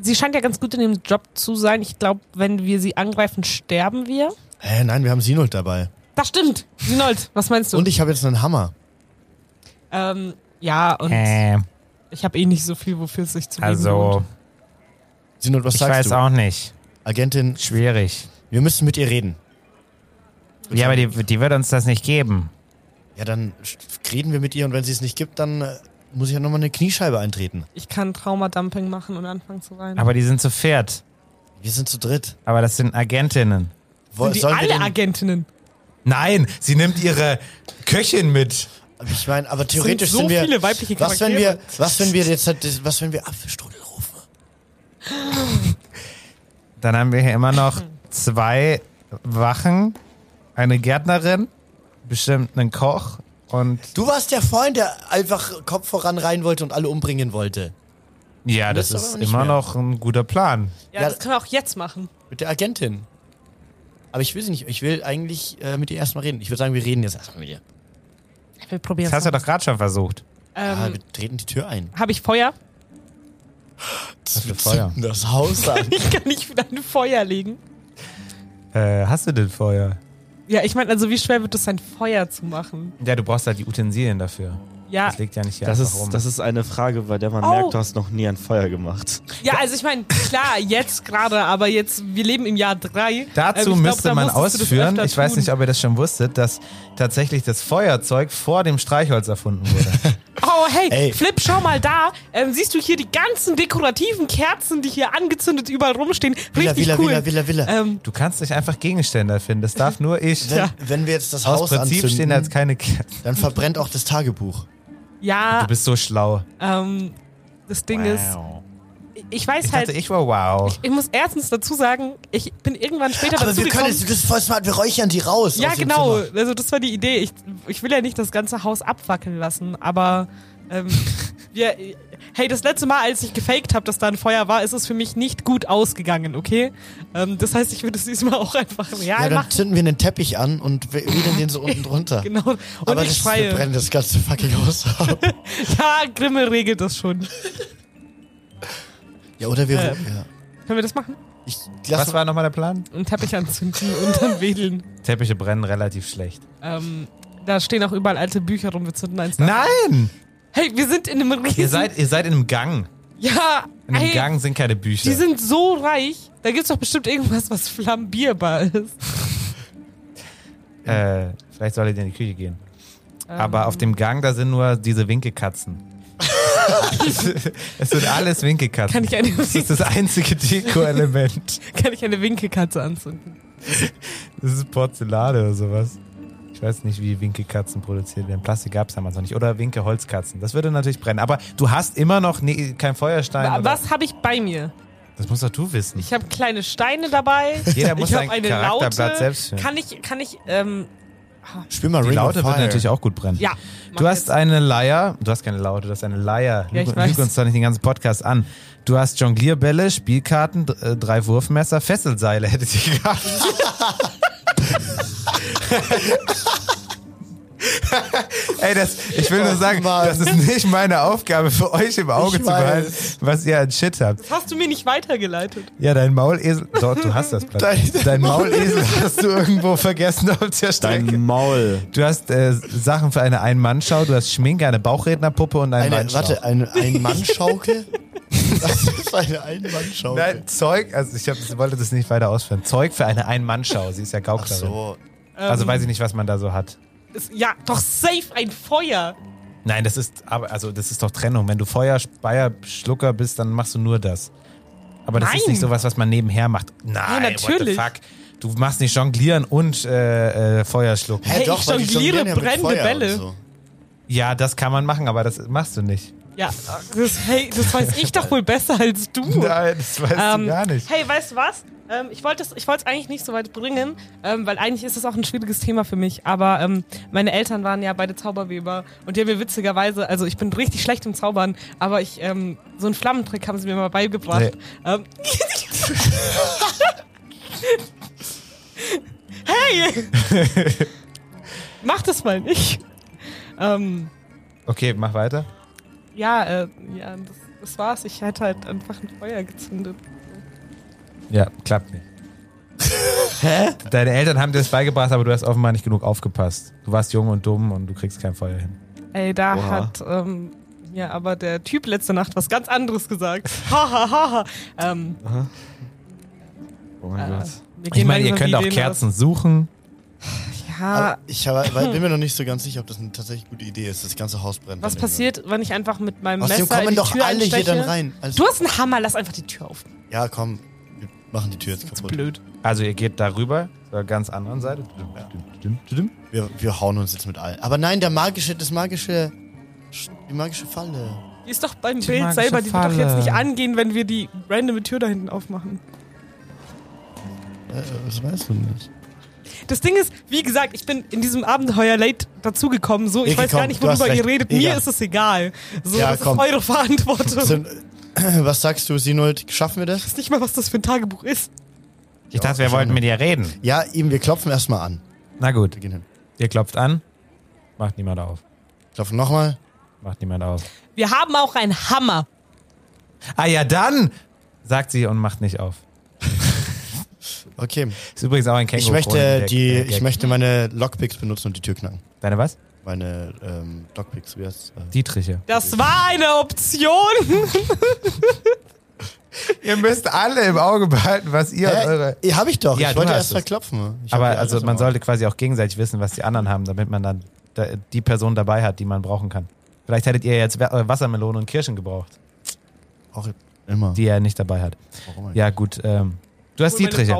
Speaker 5: sie scheint ja ganz gut in dem Job zu sein. Ich glaube, wenn wir sie angreifen, sterben wir.
Speaker 3: Hä, nein, wir haben Sinold dabei.
Speaker 5: Das stimmt. Sinold, was meinst du?
Speaker 3: Und ich habe jetzt einen Hammer.
Speaker 5: ähm, ja, und
Speaker 4: Ähm,
Speaker 5: ich habe eh nicht so viel, wofür es sich zu geben
Speaker 4: also,
Speaker 5: lohnt.
Speaker 3: Sinold, was
Speaker 4: ich
Speaker 3: sagst
Speaker 4: weiß
Speaker 3: du?
Speaker 4: auch nicht.
Speaker 3: Agentin,
Speaker 4: Schwierig.
Speaker 3: wir müssen mit ihr reden.
Speaker 4: Ja, aber die, die wird uns das nicht geben.
Speaker 3: Ja, dann sch- reden wir mit ihr und wenn sie es nicht gibt, dann äh, muss ich ja nochmal eine Kniescheibe eintreten.
Speaker 5: Ich kann Traumadumping machen und anfangen zu weinen.
Speaker 4: Aber die sind zu Pferd.
Speaker 3: Wir sind zu dritt.
Speaker 4: Aber das sind Agentinnen.
Speaker 3: Wo,
Speaker 5: Sind die
Speaker 3: sollen wir
Speaker 5: alle
Speaker 3: denn-
Speaker 5: Agentinnen?
Speaker 4: Nein, sie nimmt ihre Köchin mit.
Speaker 3: Ich meine, aber theoretisch
Speaker 5: so
Speaker 3: sind wir.
Speaker 5: viele weibliche
Speaker 3: was wenn wir,
Speaker 5: Charaktere.
Speaker 3: was wenn wir jetzt, halt das- was wenn wir Apfelstrudel rufen?
Speaker 4: Dann haben wir hier immer noch zwei Wachen, eine Gärtnerin, bestimmt einen Koch und
Speaker 3: Du warst der Freund, der einfach Kopf voran rein wollte und alle umbringen wollte.
Speaker 4: ja,
Speaker 3: das
Speaker 4: das
Speaker 3: ist
Speaker 4: ist
Speaker 3: aber nicht
Speaker 4: immer
Speaker 3: mehr.
Speaker 4: noch ein guter Plan.
Speaker 5: Ja,
Speaker 3: Ja.
Speaker 5: das können wir auch jetzt machen.
Speaker 3: Mit der Agentin. Aber ich will sie nicht. Ich will eigentlich äh, mit ihr erstmal reden. Ich würde sagen, wir reden jetzt erstmal mit ihr.
Speaker 5: Wir probieren
Speaker 4: Das hast du doch gerade schon versucht.
Speaker 3: Ah,
Speaker 5: ähm,
Speaker 3: wir treten die Tür ein.
Speaker 5: Habe ich Feuer?
Speaker 3: Das wir
Speaker 4: Feuer.
Speaker 3: zünden das Haus an.
Speaker 5: Ich kann nicht wieder ein Feuer legen.
Speaker 4: Äh, hast du denn Feuer?
Speaker 5: Ja, ich meine, also wie schwer wird es sein, Feuer zu machen?
Speaker 4: Ja, du brauchst halt die Utensilien dafür.
Speaker 5: Ja,
Speaker 4: Das liegt ja nicht hier
Speaker 6: Das
Speaker 4: einfach
Speaker 6: ist,
Speaker 4: rum.
Speaker 6: das ist eine Frage, bei der man
Speaker 5: Oh.
Speaker 6: merkt, du hast noch nie ein Feuer gemacht.
Speaker 5: ja also ich meine, klar, jetzt gerade, aber jetzt, wir leben im Jahr drei.
Speaker 4: Dazu
Speaker 5: Ähm, ich glaub,
Speaker 4: müsste
Speaker 5: da
Speaker 4: man
Speaker 5: musstest du das
Speaker 4: ausführen,
Speaker 5: öfter
Speaker 4: ich weiß
Speaker 5: tun.
Speaker 4: nicht, ob ihr das schon wusstet, dass tatsächlich das Feuerzeug vor dem Streichholz erfunden wurde.
Speaker 5: Oh, hey,
Speaker 3: Ey.
Speaker 5: Flip, schau mal da. Ähm, siehst du hier die ganzen dekorativen Kerzen, die hier angezündet überall rumstehen? Richtig
Speaker 3: Villa, Villa,
Speaker 5: cool.
Speaker 3: Villa, Villa, Villa.
Speaker 5: Ähm,
Speaker 4: Du kannst nicht einfach Gegenstände erfinden, das darf nur ich.
Speaker 3: Wenn, wenn wir jetzt das
Speaker 4: Aus
Speaker 3: Haus
Speaker 4: Prinzip stehen da
Speaker 3: anzünden,
Speaker 4: jetzt keine Kerzen.
Speaker 3: dann verbrennt auch das Tagebuch.
Speaker 5: ja,
Speaker 4: Du bist so schlau.
Speaker 5: ähm, das Ding ist, ich weiß
Speaker 4: Ich
Speaker 5: halt,
Speaker 3: eh
Speaker 4: dachte, ich war wow.
Speaker 5: ich muss erstens dazu sagen, ich bin irgendwann später
Speaker 3: Aber
Speaker 5: dazu
Speaker 3: wir können
Speaker 5: gekommen,
Speaker 3: jetzt, du bist voll smart, wir räuchern die raus.
Speaker 5: Ja,
Speaker 3: aus dem
Speaker 5: genau.
Speaker 3: Zimmer.
Speaker 5: Also das war die Idee. Ich, ich will ja nicht das ganze Haus abwackeln lassen, aber ähm, wir, hey, das letzte Mal, als ich gefaked habe, dass da ein Feuer war, ist es für mich nicht gut ausgegangen, okay? Ähm, das heißt, ich würde es diesmal auch einfach real
Speaker 3: Ja, dann
Speaker 5: machen.
Speaker 3: zünden wir einen Teppich an und wir riedeln den so unten drunter.
Speaker 5: Genau. Und
Speaker 3: Aber
Speaker 5: ich
Speaker 3: das, wir
Speaker 5: schreie.
Speaker 3: brennen das ganze fucking Haus ab.
Speaker 5: Ja, Grimme regelt das schon.
Speaker 3: Ja, oder wir.
Speaker 5: Ähm.
Speaker 3: Ja.
Speaker 5: Können wir das machen?
Speaker 3: Ich,
Speaker 4: Was
Speaker 3: lass
Speaker 4: war nochmal der Plan?
Speaker 5: Einen Teppich anzünden und dann wedeln.
Speaker 4: Teppiche brennen relativ schlecht.
Speaker 5: Ähm, da stehen auch überall alte Bücher rum. Wir zünden eins. an.
Speaker 4: Nein!
Speaker 5: Hey, wir sind in einem riesen...
Speaker 4: Ihr seid, ihr seid in einem Gang.
Speaker 5: ja,
Speaker 4: In einem
Speaker 5: ey,
Speaker 4: Gang sind keine Bücher.
Speaker 5: Die sind so reich, da gibt's doch bestimmt irgendwas, was flambierbar ist.
Speaker 4: äh, vielleicht solltet ihr in die Küche gehen.
Speaker 5: Ähm,
Speaker 4: Aber auf dem Gang, da sind nur diese Winkelkatzen. es sind alles Winkelkatzen.
Speaker 5: kann ich eine,
Speaker 4: das ist das einzige Deko-Element.
Speaker 5: kann ich eine Winkelkatze anzünden?
Speaker 4: Das ist Porzellan oder sowas. Ich weiß nicht, wie Winkelkatzen produziert werden. Plastik gab es damals noch nicht. Oder Winkelholzkatzen. Das würde natürlich brennen. Aber du hast immer noch ne, kein Feuerstein.
Speaker 5: Wa-
Speaker 4: oder-
Speaker 5: Was habe ich bei mir?
Speaker 4: Das musst doch du wissen.
Speaker 5: Ich habe kleine Steine dabei.
Speaker 4: Jeder muss
Speaker 5: ich habe
Speaker 4: sein
Speaker 5: eine
Speaker 4: Charakterblatt
Speaker 5: Laute.
Speaker 4: selbst finden.
Speaker 5: Kann ich, kann ich, ähm,
Speaker 3: Spiel mal
Speaker 4: Die
Speaker 3: Ring
Speaker 4: Laute
Speaker 3: of
Speaker 4: wird
Speaker 3: Fire.
Speaker 4: natürlich auch gut brennen.
Speaker 5: ja. mach
Speaker 4: Du hast
Speaker 5: jetzt.
Speaker 4: eine Leier, du hast keine Laute, du hast eine Leier.
Speaker 5: Ja, ich
Speaker 4: lüg,
Speaker 5: weiß.
Speaker 4: lüg uns doch nicht den ganzen Podcast an. Du hast Jonglierbälle, Spielkarten, d- äh, drei Wurfmesser, Fesselseile hätte sie gehabt. Ey, das, ich will nur sagen,
Speaker 3: Oh Mann.
Speaker 4: das ist nicht meine Aufgabe, für euch im Auge
Speaker 3: Ich
Speaker 4: zu behalten,
Speaker 3: weiß.
Speaker 4: was ihr an Shit habt.
Speaker 5: hast du mir nicht weitergeleitet.
Speaker 4: Ja, dein Maulesel. Dort, du hast das Blatt. Dein,
Speaker 3: Dein-
Speaker 4: Maulesel hast du irgendwo vergessen auf der Strecke.
Speaker 6: Dein Maul.
Speaker 4: Du hast äh, Sachen für eine Ein-Mann-Schau, du hast Schminke, eine Bauchrednerpuppe und einen
Speaker 3: Eine,
Speaker 4: Mannschau.
Speaker 3: Äh, warte, eine Ein-Mann-Schaukel? das ist eine Ein-Mann-Schaukel.
Speaker 4: Nein, Zeug, also ich hab, wollte das nicht weiter ausführen. Zeug für eine Ein-Mann-Schau, sie ist ja
Speaker 3: Ach
Speaker 4: Gauklerin.
Speaker 3: so.
Speaker 5: Ähm.
Speaker 4: Also weiß ich nicht, was man da so hat.
Speaker 5: Ist, ja, doch safe ein Feuer.
Speaker 4: Nein, das ist aber also das ist doch Trennung. Wenn du Feuerspeier Schlucker bist, dann machst du nur das. Aber das ist
Speaker 5: Nein.
Speaker 4: nicht sowas, was man nebenher macht. Nein,
Speaker 5: Ja, natürlich.
Speaker 4: What the fuck? Du machst nicht jonglieren und äh, äh, Feuerschlucken.
Speaker 5: Hey, ich
Speaker 3: weil die
Speaker 5: jongliere
Speaker 3: jonglieren ja mit
Speaker 5: brennende
Speaker 3: Feuer und
Speaker 5: Bälle.
Speaker 3: So.
Speaker 4: Ja, das kann man machen, aber das machst du nicht.
Speaker 5: Ja, das, hey, das weiß ich doch wohl besser als du.
Speaker 4: Nein, das weißt
Speaker 5: Ähm,
Speaker 4: du gar nicht.
Speaker 5: Hey, weißt du was? Ähm, ich wollte es ich wollt's eigentlich nicht so weit bringen, ähm, weil eigentlich ist es auch ein schwieriges Thema für mich. Aber ähm, meine Eltern waren ja beide Zauberweber und die haben mir witzigerweise, also ich bin richtig schlecht im Zaubern, aber ich ähm, so einen Flammentrick haben sie mir mal beigebracht.
Speaker 4: Nee.
Speaker 5: Ähm, hey! Mach das mal nicht. Ähm,
Speaker 4: Okay, mach weiter.
Speaker 5: ja, äh, ja, das Das war's. Ich hätte halt einfach ein Feuer gezündet.
Speaker 4: Ja, klappt nicht. Hä? Deine Eltern haben dir das beigebracht, aber du hast offenbar nicht genug aufgepasst. Du warst jung und dumm und du kriegst kein Feuer hin.
Speaker 5: Ey, da
Speaker 6: Oha.
Speaker 5: hat ähm, ja aber der Typ letzte Nacht was ganz anderes gesagt. Hahaha. Ha, ha. ähm,
Speaker 6: Oh mein
Speaker 5: äh,
Speaker 6: Gott.
Speaker 5: wir
Speaker 4: Ich
Speaker 5: gehen
Speaker 4: meine, ihr
Speaker 5: langsam
Speaker 4: könnt
Speaker 5: die
Speaker 4: auch
Speaker 5: Ideen
Speaker 4: Kerzen suchen.
Speaker 5: aus.
Speaker 3: Aber
Speaker 5: Ja,
Speaker 3: ich habe, weil, bin mir noch nicht so ganz sicher, ob das eine tatsächlich gute Idee ist. Das ganze Haus brennt.
Speaker 5: was
Speaker 3: dann irgendwann.
Speaker 5: passiert, wenn ich einfach mit meinem
Speaker 2: Außerdem
Speaker 5: Messer in
Speaker 2: kommen
Speaker 5: die
Speaker 2: doch
Speaker 5: Tür
Speaker 2: alle
Speaker 5: einsteche?
Speaker 2: hier dann rein.
Speaker 3: Also,
Speaker 2: Also- Alles-
Speaker 5: Du hast einen Hammer, lass einfach die Tür auf.
Speaker 2: Ja, komm. Wir machen die Tür jetzt kaputt.
Speaker 5: Blöd.
Speaker 4: Also ihr geht darüber zur ganz anderen Seite.
Speaker 2: Wir, wir hauen uns jetzt mit allen. Aber nein, der magische, das magische. Die magische Falle.
Speaker 5: Die ist doch beim
Speaker 4: Die
Speaker 5: Bild
Speaker 4: magische
Speaker 5: selber, die wird doch jetzt
Speaker 4: Falle.
Speaker 5: nicht angehen, wenn wir die random Tür da hinten aufmachen.
Speaker 2: Äh, das weißt du nicht.
Speaker 5: Das Ding ist, wie gesagt, ich bin in diesem Abenteuer late dazugekommen. So, ich
Speaker 2: Nee,
Speaker 5: weiß gar
Speaker 2: komm,
Speaker 5: nicht,
Speaker 2: du hast
Speaker 5: worüber ihr
Speaker 2: recht.
Speaker 5: redet. Mir
Speaker 2: Egal.
Speaker 5: ist es egal. So,
Speaker 2: Ja,
Speaker 5: das
Speaker 2: komm.
Speaker 5: ist eure Verantwortung.
Speaker 2: Sind, äh, was sagst du, Sinold? Schaffen wir das?
Speaker 5: Ich weiß nicht mal, was das für ein Tagebuch ist.
Speaker 4: Ich dachte, wir wollten mit dir reden.
Speaker 2: Ja, eben, wir klopfen erstmal an.
Speaker 4: Na gut,
Speaker 2: Wir gehen hin.
Speaker 4: ihr klopft an. Macht niemand auf.
Speaker 2: Klopfen nochmal.
Speaker 4: Macht niemand auf.
Speaker 5: Wir haben auch einen Hammer.
Speaker 4: Ah ja, dann, sagt sie und macht nicht auf.
Speaker 2: Okay.
Speaker 4: Ist übrigens auch ein Känguru.
Speaker 2: Ich möchte, die,
Speaker 4: äh,
Speaker 2: ich möchte meine Lockpicks benutzen und die Tür knacken.
Speaker 4: Deine was?
Speaker 2: Meine ähm, Lockpicks, wie heißt äh,
Speaker 4: Dietriche.
Speaker 5: Das war eine Option.
Speaker 4: Ihr müsst alle im Auge behalten, was ihr und eure.
Speaker 2: Hä? Hab ich doch.
Speaker 4: Ja,
Speaker 2: ich
Speaker 4: du
Speaker 2: wollte
Speaker 4: hast
Speaker 2: erst mal
Speaker 4: es.
Speaker 2: klopfen. Ich hab
Speaker 4: Aber
Speaker 2: ja
Speaker 4: also
Speaker 2: alles
Speaker 4: man
Speaker 2: im
Speaker 4: sollte quasi auch gegenseitig wissen, was die anderen haben, damit man dann da- die Person dabei hat, die man brauchen kann. Vielleicht hättet ihr jetzt Wa- äh, Wassermelone und Kirschen gebraucht,
Speaker 2: Auge. Auch immer.
Speaker 4: die ihr nicht dabei hat.
Speaker 2: Warum eigentlich?
Speaker 4: Ja, gut. Ähm, du hast Dietriche.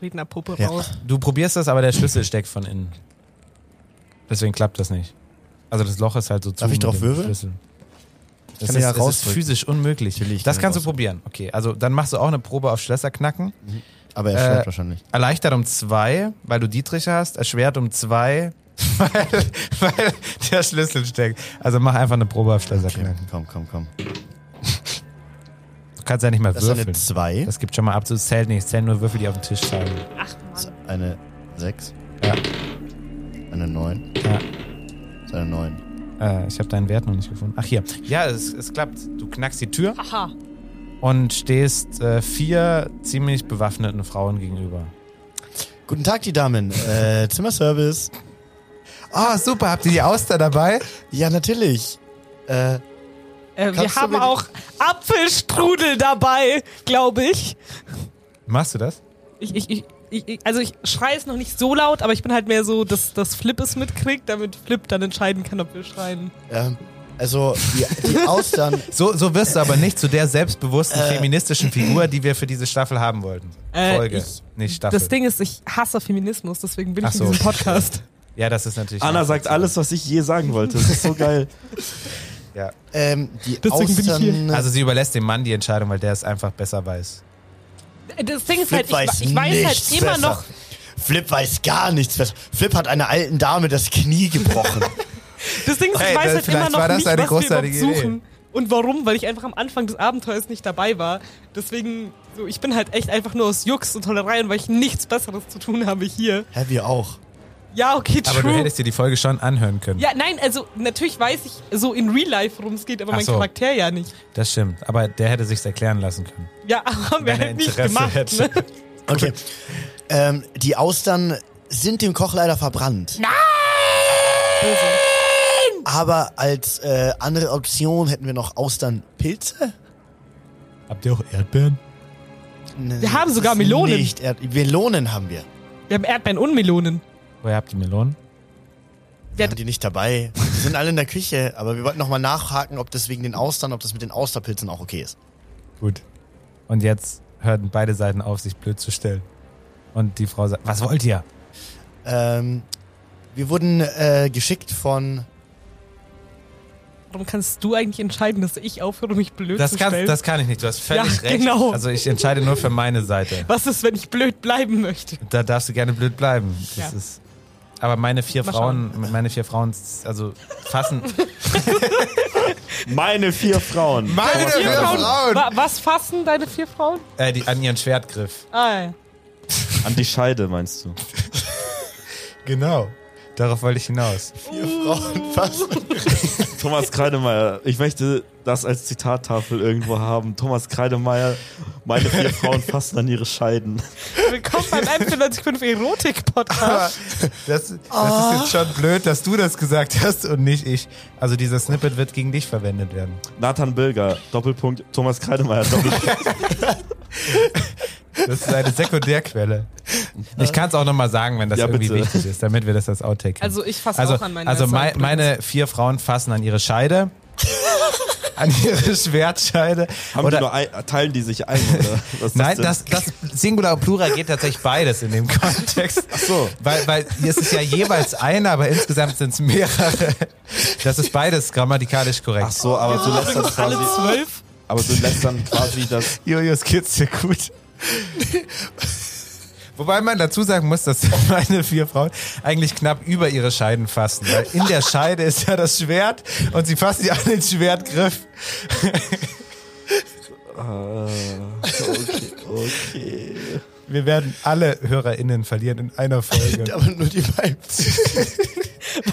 Speaker 5: Rednerpuppe
Speaker 2: Ja.
Speaker 5: raus.
Speaker 4: Du probierst das, aber der Schlüssel steckt von innen. Deswegen klappt das nicht. Also das Loch ist halt so zu.
Speaker 2: Darf ich
Speaker 4: mit
Speaker 2: drauf
Speaker 4: dem
Speaker 2: würfeln?
Speaker 4: Schlüssel. Das,
Speaker 2: kann
Speaker 4: ist,
Speaker 2: ja
Speaker 4: das ist
Speaker 2: rausdrücken.
Speaker 4: physisch unmöglich.
Speaker 2: Natürlich
Speaker 4: das
Speaker 2: kann ich
Speaker 4: kannst du
Speaker 2: rausdrücken. Mhm.
Speaker 4: probieren. Okay, also dann machst du auch eine Probe auf Schlösser knacken.
Speaker 2: Aber er schreibt
Speaker 4: äh,
Speaker 2: wahrscheinlich.
Speaker 4: Erleichtert um zwei, weil du Dietriche hast. Erschwert um zwei, weil, weil der Schlüssel steckt. Also mach einfach eine Probe auf Schlösser
Speaker 2: Okay,
Speaker 4: knacken.
Speaker 2: komm, komm, komm.
Speaker 4: Du kannst ja nicht mal
Speaker 2: Das ist eine
Speaker 4: würfeln.
Speaker 2: 2,
Speaker 4: Das gibt schon mal ab. Das zählt nicht. Es zählen nur Würfel, die auf den Tisch fallen.
Speaker 2: eine 6,
Speaker 4: Ja.
Speaker 2: eine 9.
Speaker 4: Ja.
Speaker 2: Ist eine 9.
Speaker 4: Äh, ich habe deinen Wert noch nicht gefunden. Ach, hier. Ja, es, es klappt. Du knackst die Tür.
Speaker 5: Aha.
Speaker 4: und stehst äh, vier ziemlich bewaffneten Frauen gegenüber.
Speaker 2: Guten Tag, die Damen. Äh, Zimmerservice.
Speaker 4: Ah, super, habt ihr die Auster dabei?
Speaker 2: Ja, natürlich. Äh,
Speaker 5: Äh, wir
Speaker 2: Kannst du
Speaker 5: haben
Speaker 2: mir die-
Speaker 5: auch Apfelstrudel dabei, glaube ich.
Speaker 4: Machst du das?
Speaker 5: Ich, ich, ich, ich, ich- also ich schreie es noch nicht so laut, aber ich bin halt mehr so, dass, dass Flip es mitkriegt, damit Flip dann entscheiden kann, ob wir schreien.
Speaker 2: ähm, also, die, die Austern.
Speaker 4: So, so wirst du aber nicht zu der selbstbewussten feministischen Figur, die wir für diese Staffel haben wollten.
Speaker 5: Äh,
Speaker 4: Folge,
Speaker 5: ich-
Speaker 4: nicht Staffel.
Speaker 5: Das Ding ist, ich hasse Feminismus, deswegen bin ich
Speaker 4: Ach so.
Speaker 5: in diesem Podcast.
Speaker 4: ja, das ist natürlich.
Speaker 6: Anna sagt alles, was ich je sagen wollte. Das ist so geil.
Speaker 4: Ja.
Speaker 2: Ähm, die
Speaker 5: Deswegen bin ich
Speaker 2: Austern.
Speaker 5: hier.
Speaker 4: Also sie überlässt dem Mann die Entscheidung, weil der es einfach besser weiß.
Speaker 5: Das Ding ist
Speaker 2: Flip
Speaker 5: halt, ich,
Speaker 2: weiß,
Speaker 5: wa- ich weiß
Speaker 2: nichts
Speaker 5: halt immer
Speaker 2: besser.
Speaker 5: noch,
Speaker 2: Flip weiß gar nichts besser. Flip hat einer alten Dame das Knie gebrochen.
Speaker 5: das Ding ist, ich
Speaker 4: Hey,
Speaker 5: weiß
Speaker 4: das-
Speaker 5: halt immer
Speaker 4: vielleicht war
Speaker 5: noch
Speaker 4: das
Speaker 5: nicht,
Speaker 4: eine
Speaker 5: was wir überhaupt
Speaker 4: großartige Idee.
Speaker 5: suchen. Und warum? Weil ich einfach am Anfang des Abenteuers nicht dabei war. Deswegen, so, ich bin halt echt einfach nur aus Jux und Tollerei und weil ich nichts Besseres zu tun habe hier.
Speaker 2: Hä, wir auch.
Speaker 5: Ja, okay,
Speaker 4: Aber
Speaker 5: true.
Speaker 4: du hättest dir die Folge schon anhören können.
Speaker 5: ja, nein, also natürlich weiß ich so in Real Life, worum es geht, aber
Speaker 4: Ach
Speaker 5: mein
Speaker 4: so.
Speaker 5: Charakter ja nicht.
Speaker 4: Das stimmt. Aber der hätte sich's erklären lassen können.
Speaker 5: Ja, haben wir
Speaker 4: Wenn er
Speaker 5: halt nicht
Speaker 4: Interesse
Speaker 5: gemacht.
Speaker 4: hätte.
Speaker 5: Ne?
Speaker 2: Okay. Ähm, die Austern sind dem Koch leider verbrannt. Nein! Aber als äh, andere Option hätten wir noch Austernpilze.
Speaker 4: Habt ihr auch Erdbeeren?
Speaker 2: Nee,
Speaker 5: Wir haben
Speaker 2: das
Speaker 5: sogar
Speaker 2: ist
Speaker 5: Melonen.
Speaker 2: Nicht Erd Melonen haben wir.
Speaker 5: Wir haben Erdbeeren und Melonen.
Speaker 4: Woher habt ihr Melonen?
Speaker 2: Wir
Speaker 5: Ja,
Speaker 2: haben die nicht dabei. Die sind alle in der Küche, aber wir wollten nochmal nachhaken, ob das wegen den Austern, ob das mit den Austerpilzen auch okay ist.
Speaker 4: Gut. Und jetzt hörten beide Seiten auf, sich blöd zu stellen. Und die Frau sagt, was wollt ihr?
Speaker 2: Ähm, wir wurden äh, geschickt von
Speaker 5: Warum kannst du eigentlich entscheiden, dass ich aufhöre, mich blöd
Speaker 4: Das
Speaker 5: zu
Speaker 4: kann,
Speaker 5: stellen?
Speaker 4: das kann ich nicht, du hast völlig
Speaker 5: Ja,
Speaker 4: recht.
Speaker 5: genau.
Speaker 4: Also ich entscheide nur für meine Seite.
Speaker 5: Was ist, wenn ich blöd bleiben möchte?
Speaker 4: Da darfst du gerne blöd bleiben. Das
Speaker 5: Ja.
Speaker 4: ist, aber meine vier
Speaker 5: Mal
Speaker 4: Frauen, meine vier Frauen, also fassen.
Speaker 6: Meine vier Frauen.
Speaker 4: meine
Speaker 5: Vier Frauen. Wa was fassen deine vier Frauen?
Speaker 4: Äh, die, an ihren Schwertgriff.
Speaker 5: Ah, ja.
Speaker 6: An die Scheide, meinst du?
Speaker 4: Genau. Darauf wollte ich hinaus.
Speaker 2: vier Frauen fast.
Speaker 6: Thomas Kreidemeier. Ich möchte das als Zitattafel irgendwo haben. Thomas Kreidemeier, meine vier Frauen fassen an ihre Scheiden.
Speaker 5: Willkommen beim M945 Erotik-Podcast.
Speaker 4: Aber das, das ist jetzt schon blöd, dass du das gesagt hast und nicht ich. Also dieser Snippet wird gegen dich verwendet werden.
Speaker 6: Nathan Bilger, Doppelpunkt, Thomas Kreidemeier, Doppelpunkt.
Speaker 4: Das ist eine Sekundärquelle.
Speaker 5: Äh.
Speaker 4: Ich kann es auch nochmal sagen, wenn das
Speaker 6: Ja,
Speaker 4: irgendwie
Speaker 6: bitte.
Speaker 4: wichtig ist, damit wir das als Outtake haben.
Speaker 5: Also ich fasse
Speaker 4: also,
Speaker 5: auch an meine
Speaker 4: also mei
Speaker 5: Seite.
Speaker 4: meine vier Frauen fassen an ihre Scheide. an ihre Schwertscheide.
Speaker 6: Haben die
Speaker 4: oder
Speaker 6: nur ein, teilen die sich ein? Oder? Was ist
Speaker 4: Nein,
Speaker 6: denn?
Speaker 4: das, das Singular und Plural geht tatsächlich beides in dem Kontext. Ach so. Weil, weil hier ist es ja jeweils einer, aber insgesamt sind es mehrere. Das ist beides grammatikalisch korrekt.
Speaker 6: Ach so, aber du lässt dann
Speaker 5: Alle
Speaker 6: quasi,
Speaker 5: zwölf.
Speaker 6: aber du lässt dann quasi das.
Speaker 4: Julius geht's dir gut. Wobei man dazu sagen muss, dass meine vier Frauen eigentlich knapp über ihre Scheiden fassen. Weil in der Scheide ist ja das Schwert und sie fassen ja an den Schwertgriff.
Speaker 6: Oh, Okay, okay.
Speaker 4: Wir werden alle HörerInnen verlieren in einer Folge.
Speaker 3: Aber nur die beiden.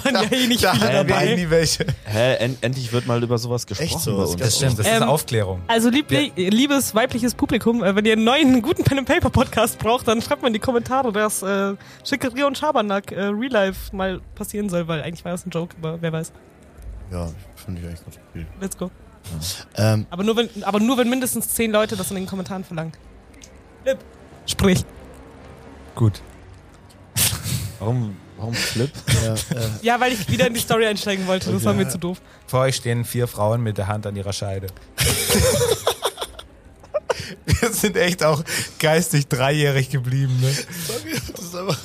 Speaker 5: Waren ja eh nicht
Speaker 4: da
Speaker 5: viele
Speaker 4: hatten wir eh
Speaker 5: dabei.
Speaker 4: nie welche.
Speaker 6: Hä, en endlich wird mal über sowas gesprochen
Speaker 3: Echt so,
Speaker 6: bei
Speaker 3: das
Speaker 6: uns.
Speaker 3: ist
Speaker 4: Stimmt, das ist
Speaker 5: Ähm,
Speaker 4: Aufklärung.
Speaker 5: Also liebli- liebes weibliches Publikum, äh, wenn ihr einen neuen guten Pen and Paper Podcast braucht, dann schreibt mal in die Kommentare, dass äh, Schickeria und Schabernack äh, Real Life mal passieren soll, weil eigentlich war das ein Joke, aber wer weiß.
Speaker 3: Ja, finde ich eigentlich ganz cool.
Speaker 5: Let's go.
Speaker 3: Ähm,
Speaker 5: Aber nur wenn, aber nur wenn mindestens zehn Leute das in den Kommentaren verlangen. Flip, Sprich.
Speaker 4: Gut.
Speaker 6: Warum, warum Flip?
Speaker 3: ja, äh,
Speaker 5: Ja, weil ich wieder in die Story einsteigen wollte. Das war mir zu doof.
Speaker 4: Vor euch stehen vier Frauen mit der Hand an ihrer Scheide. Wir sind echt auch geistig dreijährig geblieben. Ne?
Speaker 3: das ist einfach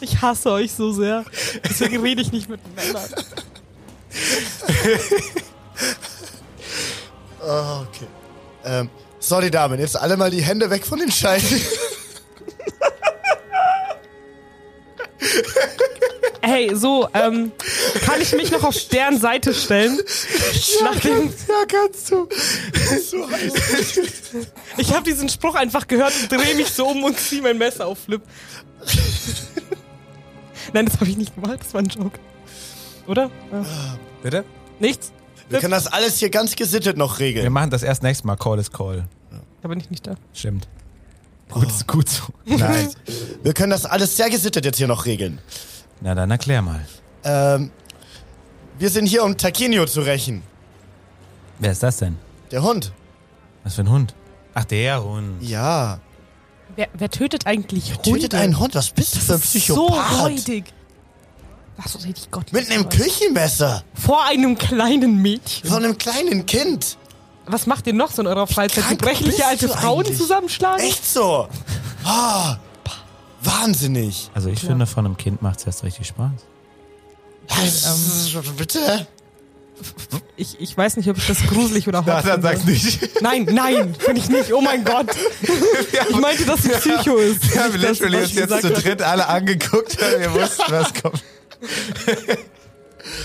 Speaker 5: Ich hasse euch so sehr. Deswegen rede ich nicht mit Männern.
Speaker 3: Ah, okay. Ähm, sorry, Damen, jetzt alle mal die Hände weg von den Scheinen.
Speaker 5: Hey, so, ähm, kann ich mich noch auf Sternseite stellen? Nachdem,
Speaker 3: ja, kannst du. So heiß.
Speaker 5: ich habe diesen Spruch einfach gehört, drehe mich so um und ziehe mein Messer auf Flip. Nein, das habe ich nicht gemacht, das war ein Joke. Oder? Ja.
Speaker 4: Bitte?
Speaker 5: Nichts?
Speaker 3: Wir können das alles hier ganz gesittet noch
Speaker 4: Wir
Speaker 3: regeln.
Speaker 4: machen das erst nächstes Mal. Call is call.
Speaker 5: Da bin ich nicht da.
Speaker 4: Stimmt. Gut,
Speaker 3: Ah.
Speaker 4: ist gut so.
Speaker 3: Nein. Wir können das alles sehr gesittet jetzt hier noch regeln.
Speaker 4: Na dann erklär mal.
Speaker 3: Ähm, wir sind hier, um Taquinho zu rächen.
Speaker 4: Wer ist das denn?
Speaker 3: Der Hund.
Speaker 4: Was für ein Hund? Ach, der Hund.
Speaker 3: Ja.
Speaker 5: Wer, wer tötet eigentlich Hunde?
Speaker 3: Tötet einen Hund. Was bist du für ein
Speaker 5: Das ist so
Speaker 3: Psychopath?
Speaker 5: räudig. Was so richtig Gott.
Speaker 3: Mit einem Küchenmesser.
Speaker 5: Vor einem kleinen Mädchen.
Speaker 3: Von einem kleinen Kind.
Speaker 5: Was macht ihr noch so in eurer Freizeit?
Speaker 3: krank
Speaker 5: Gebrechliche
Speaker 3: bist
Speaker 5: alte
Speaker 3: du
Speaker 5: Frauen
Speaker 3: eigentlich?
Speaker 5: zusammenschlagen?
Speaker 3: Echt so. Ah, wahnsinnig.
Speaker 4: Also ich finde, von einem Kind macht es erst richtig Spaß.
Speaker 3: Was? Bitte?
Speaker 5: Ich, ich weiß nicht, ob ich das gruselig oder hot finde.
Speaker 3: ne?
Speaker 4: nicht.
Speaker 5: Nein, nein, finde ich nicht. Oh mein Gott. Ich meinte, dass sie Psycho ist.
Speaker 4: Wir haben
Speaker 5: Nicht das,
Speaker 4: literally
Speaker 5: was
Speaker 4: uns
Speaker 5: ich
Speaker 4: jetzt
Speaker 5: gesagt
Speaker 4: zu
Speaker 5: habe.
Speaker 4: dritt alle angeguckt, weil wir wussten, was kommt.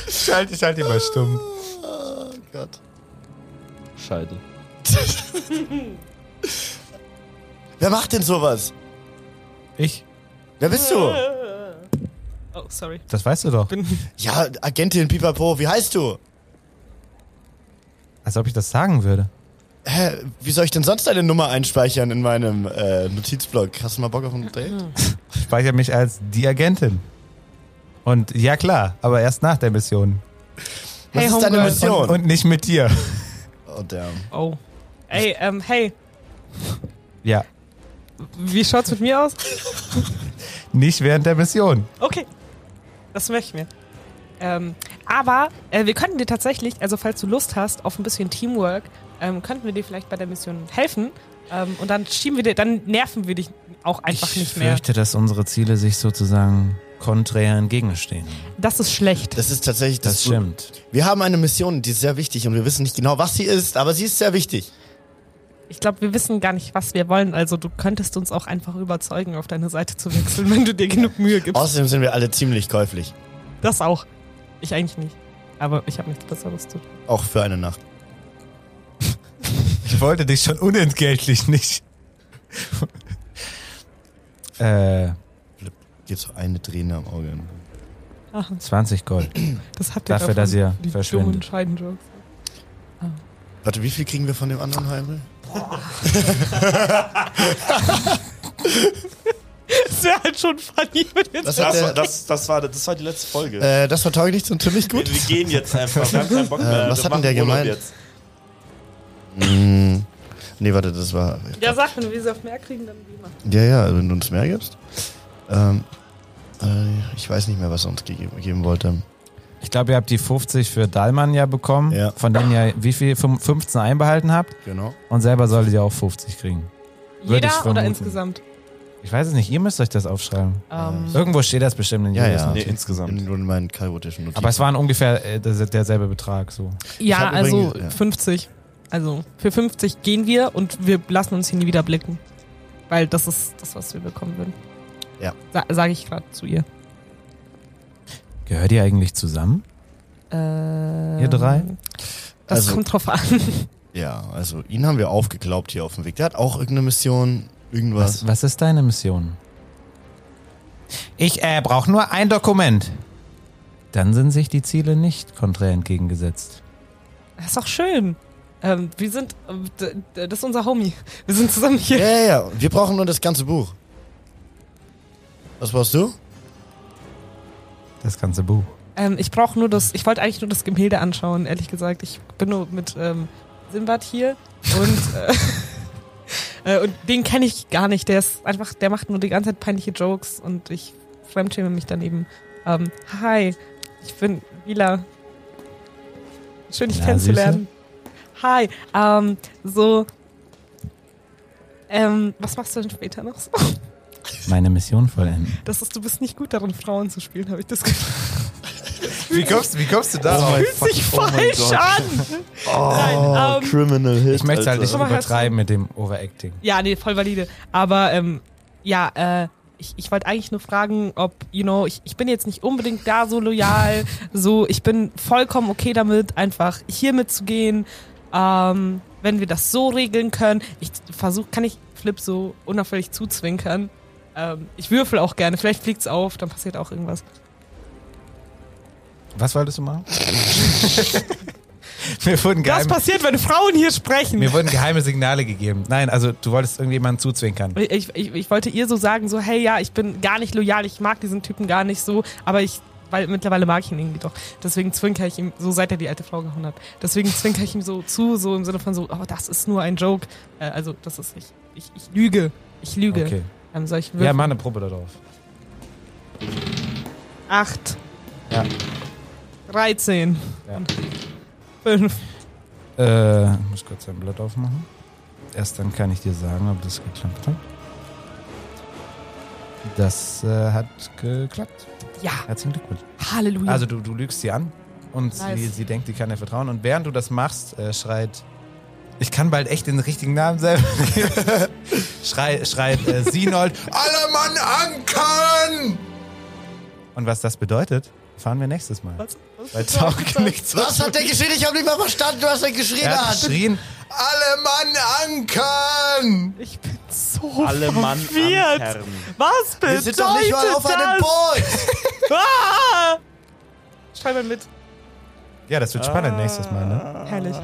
Speaker 4: Schalt, ich halt immer stumm.
Speaker 3: Gott.
Speaker 6: Scheide.
Speaker 3: Wer macht denn sowas?
Speaker 4: Ich?
Speaker 3: Wer bist du?
Speaker 5: Oh, sorry.
Speaker 4: Das weißt du doch.
Speaker 3: Ja, Agentin Pipapo, wie heißt du?
Speaker 4: Als ob ich das sagen würde.
Speaker 3: Hä, wie soll ich denn sonst deine Nummer einspeichern in meinem äh, Notizblock? Hast du mal Bock auf ein Date?
Speaker 4: Speicher mich als die Agentin. Und ja klar, aber erst nach der Mission.
Speaker 3: Was
Speaker 5: Hey,
Speaker 3: ist deine
Speaker 5: Homegirl.
Speaker 4: Und,
Speaker 3: Mission?
Speaker 4: und nicht mit dir.
Speaker 3: oh, damn.
Speaker 5: Oh. Ey, ähm, hey,
Speaker 4: Ja.
Speaker 5: wie schaut's mit mir aus?
Speaker 4: Nicht während der Mission.
Speaker 5: Okay. Das möchte ich mir. Ähm, aber äh, wir könnten dir tatsächlich, also falls du Lust hast auf ein bisschen Teamwork, ähm, könnten wir dir vielleicht bei der Mission helfen. Ähm, und dann schieben wir dir, dann nerven wir dich auch einfach nicht mehr.
Speaker 4: dass unsere Ziele sich sozusagen konträr entgegenstehen.
Speaker 5: Das ist schlecht.
Speaker 3: Das ist tatsächlich das, Gute.
Speaker 4: stimmt.
Speaker 3: Wir haben eine Mission, die ist sehr wichtig und wir wissen nicht genau, was sie ist, aber sie ist sehr wichtig.
Speaker 5: Ich glaube, wir wissen gar nicht, was wir wollen. Also du könntest uns auch einfach überzeugen, auf deine Seite zu wechseln, wenn du dir genug Mühe gibst.
Speaker 3: Außerdem sind wir alle ziemlich käuflich.
Speaker 5: Das auch. Ich eigentlich nicht. Aber ich habe nichts Besseres zu tun.
Speaker 3: Auch für eine Nacht.
Speaker 4: Ich wollte dich schon unentgeltlich nicht. äh,
Speaker 3: Gibt so eine Träne am Auge.
Speaker 5: Ach,
Speaker 4: 20 Gold.
Speaker 5: das habt ihr
Speaker 4: Dafür, dass ihr
Speaker 5: die dummen
Speaker 4: verschwindet.
Speaker 5: Scheidenjokes.
Speaker 2: Warte, wie viel kriegen wir von dem anderen Heimel?
Speaker 5: Das wäre halt schon funny, wenn jetzt
Speaker 2: Das,
Speaker 8: Das, war-
Speaker 2: hat der,
Speaker 8: das, das, war, das war die letzte Folge.
Speaker 2: äh, das war tauglich und ziemlich
Speaker 8: wir,
Speaker 2: gut.
Speaker 8: wir gehen jetzt einfach. Wir haben keinen Bock mehr.
Speaker 2: Äh, was
Speaker 8: wir
Speaker 2: hat denn
Speaker 8: machen
Speaker 2: der
Speaker 8: Urlaub
Speaker 2: gemeint?
Speaker 8: Jetzt.
Speaker 2: Mm, nee, warte, das war.
Speaker 5: Ja, sag, wenn wir sie auf mehr kriegen, dann wie immer.
Speaker 2: Ja, ja, wenn du uns mehr gibst. Ähm, äh, ich weiß nicht mehr, was er uns gegeben, geben wollte.
Speaker 4: Ich glaube, ihr habt die 50 für Dalman ja bekommen,
Speaker 2: Ja.
Speaker 4: von denen ihr wie viel? Fünf- 15 einbehalten habt.
Speaker 2: Genau.
Speaker 4: Und selber solltet ihr auch 50 kriegen. Würde ich
Speaker 5: Jeder
Speaker 4: vermuten.
Speaker 5: oder insgesamt?
Speaker 4: Ich weiß es nicht, ihr müsst euch das aufschreiben.
Speaker 5: Ähm,
Speaker 4: Irgendwo steht das bestimmt in
Speaker 2: Ja,
Speaker 4: jedes
Speaker 2: ja.
Speaker 4: Notiz.
Speaker 6: Nee, insgesamt.
Speaker 2: In, nur in meinen kalvotischen Notizen.
Speaker 4: Aber es waren ungefähr äh, der- derselbe Betrag. So.
Speaker 5: ja,
Speaker 2: hab übrigens-
Speaker 5: also
Speaker 2: ja.
Speaker 5: 50. Also für 50 gehen wir und wir lassen uns hier nie wieder blicken. Weil das ist das, was wir bekommen würden.
Speaker 2: Ja.
Speaker 5: Sa sage ich gerade zu ihr.
Speaker 4: Gehört ihr eigentlich zusammen?
Speaker 5: Ähm,
Speaker 4: Ihr drei?
Speaker 5: Das
Speaker 2: Also-
Speaker 5: kommt drauf an.
Speaker 2: ja, also ihn haben wir aufgeglaubt hier auf dem Weg. Der hat auch irgendeine Mission, irgendwas.
Speaker 4: Was, was ist deine Mission? Ich äh, brauche nur ein Dokument. Dann sind sich die Ziele nicht konträr entgegengesetzt.
Speaker 5: Das ist auch schön. Ähm, wir sind, ähm, d- d- das ist unser Homie. Wir sind zusammen hier.
Speaker 2: Ja, ja, ja. Wir brauchen nur das ganze Buch. Was brauchst du?
Speaker 4: Das ganze Buch.
Speaker 5: Ähm, ich brauche nur das, ich wollte eigentlich nur das Gemälde anschauen, ehrlich gesagt. Ich bin nur mit ähm, Simbad hier und, äh, äh, und den kenne ich gar nicht. Der ist einfach, der macht nur die ganze Zeit peinliche Jokes und ich fremdschäme mich daneben. Ähm, hi, ich bin Vila. Schön, dich
Speaker 4: Na,
Speaker 5: kennenzulernen. Hi, ähm, so. Ähm, was machst du denn später noch so?
Speaker 4: Meine Mission vollenden.
Speaker 5: Das ist, du bist nicht gut darin, Frauen zu spielen, habe ich das Gefühl.
Speaker 4: Wie kommst, wie kommst du da? Oh
Speaker 5: Fühlt sich falsch an. Nein, ähm,
Speaker 6: Criminal Hit.
Speaker 4: ich möchte es halt nicht
Speaker 5: Alter.
Speaker 4: übertreiben mit dem Overacting.
Speaker 5: ja, nee, voll valide. Aber ähm, ja, äh, ich, ich wollte eigentlich nur fragen, ob, you know, ich, ich bin jetzt nicht unbedingt da so loyal. So, ich bin vollkommen okay damit, einfach hier mitzugehen. Ähm, wenn wir das so regeln können. Ich versuche, kann ich Flip so unauffällig zuzwinkern. Ähm, ich würfel auch gerne. Vielleicht fliegt's auf, dann passiert auch irgendwas.
Speaker 4: Was wolltest du machen? mir, wurden
Speaker 5: Das
Speaker 4: geheime,
Speaker 5: passiert, wenn Frauen hier sprechen.
Speaker 4: mir wurden geheime Signale gegeben. Nein, also du wolltest irgendjemanden zuzwinkern.
Speaker 5: Ich, ich, ich wollte ihr so sagen, so, hey, ja, ich bin gar nicht loyal, ich mag diesen Typen gar nicht so, aber ich, weil mittlerweile mag ich ihn irgendwie doch. Deswegen zwinker ich ihm, so seit er die alte Frau gehauen hat, deswegen zwinker ich ihm so zu, so im Sinne von so, oh, das ist nur ein Joke. Äh, also, das ist, ich, ich, ich lüge. Ich lüge.
Speaker 4: Okay.
Speaker 5: Ähm, soll ich
Speaker 4: Ja,
Speaker 5: würfeln?
Speaker 4: mach eine Probe darauf.
Speaker 5: Acht.
Speaker 4: Ja.
Speaker 5: 13.
Speaker 4: Ja.
Speaker 5: Fünf.
Speaker 4: Äh, ich muss kurz ein Blatt aufmachen. Erst dann kann ich dir sagen, ob das geklappt hat. Das äh, hat geklappt.
Speaker 5: Ja,
Speaker 4: Herzlichen Glückwunsch.
Speaker 5: Halleluja.
Speaker 4: Also du, du lügst sie an und sie,
Speaker 5: Nice.
Speaker 4: sie denkt, die kann dir vertrauen. Und während du das machst, äh, schreit, ich kann bald echt den richtigen Namen selber. Schrei, schreit äh, Sinold, aller Mann ankern! Und was das bedeutet, erfahren wir nächstes Mal.
Speaker 5: Was? Was?
Speaker 4: Bei Talk nichts.
Speaker 2: Was hat der geschrien? Ich habe nicht mal verstanden, was er geschrien
Speaker 4: Er hat
Speaker 2: hat.
Speaker 4: geschrien, alle Mann ankern!
Speaker 5: ich bin so
Speaker 8: Alle Mann
Speaker 5: verwirrt.
Speaker 8: ankern.
Speaker 5: Was
Speaker 2: Wir
Speaker 5: bedeutet
Speaker 2: sind doch nicht mal auf
Speaker 5: das?
Speaker 2: einem Boot.
Speaker 5: Ah! Schreib mal mit.
Speaker 4: Ja, das wird spannend nächstes Mal, ne?
Speaker 5: Herrlich.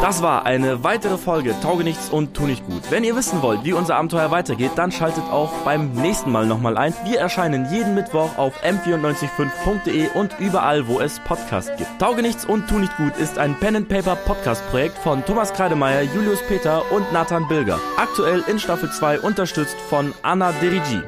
Speaker 9: Das war eine weitere Folge Taugenichts und Tu nicht gut. Wenn ihr wissen wollt, wie unser Abenteuer weitergeht, dann schaltet auch beim nächsten Mal nochmal ein. Wir erscheinen jeden Mittwoch auf m945.de und überall, wo es Podcasts gibt. Taugenichts und Tu nicht gut ist ein Pen and Paper Podcast Projekt von Thomas Kreidemeier, Julius Peter und Nathan Bilger. Aktuell in Staffel 2 unterstützt von Anna Derigi.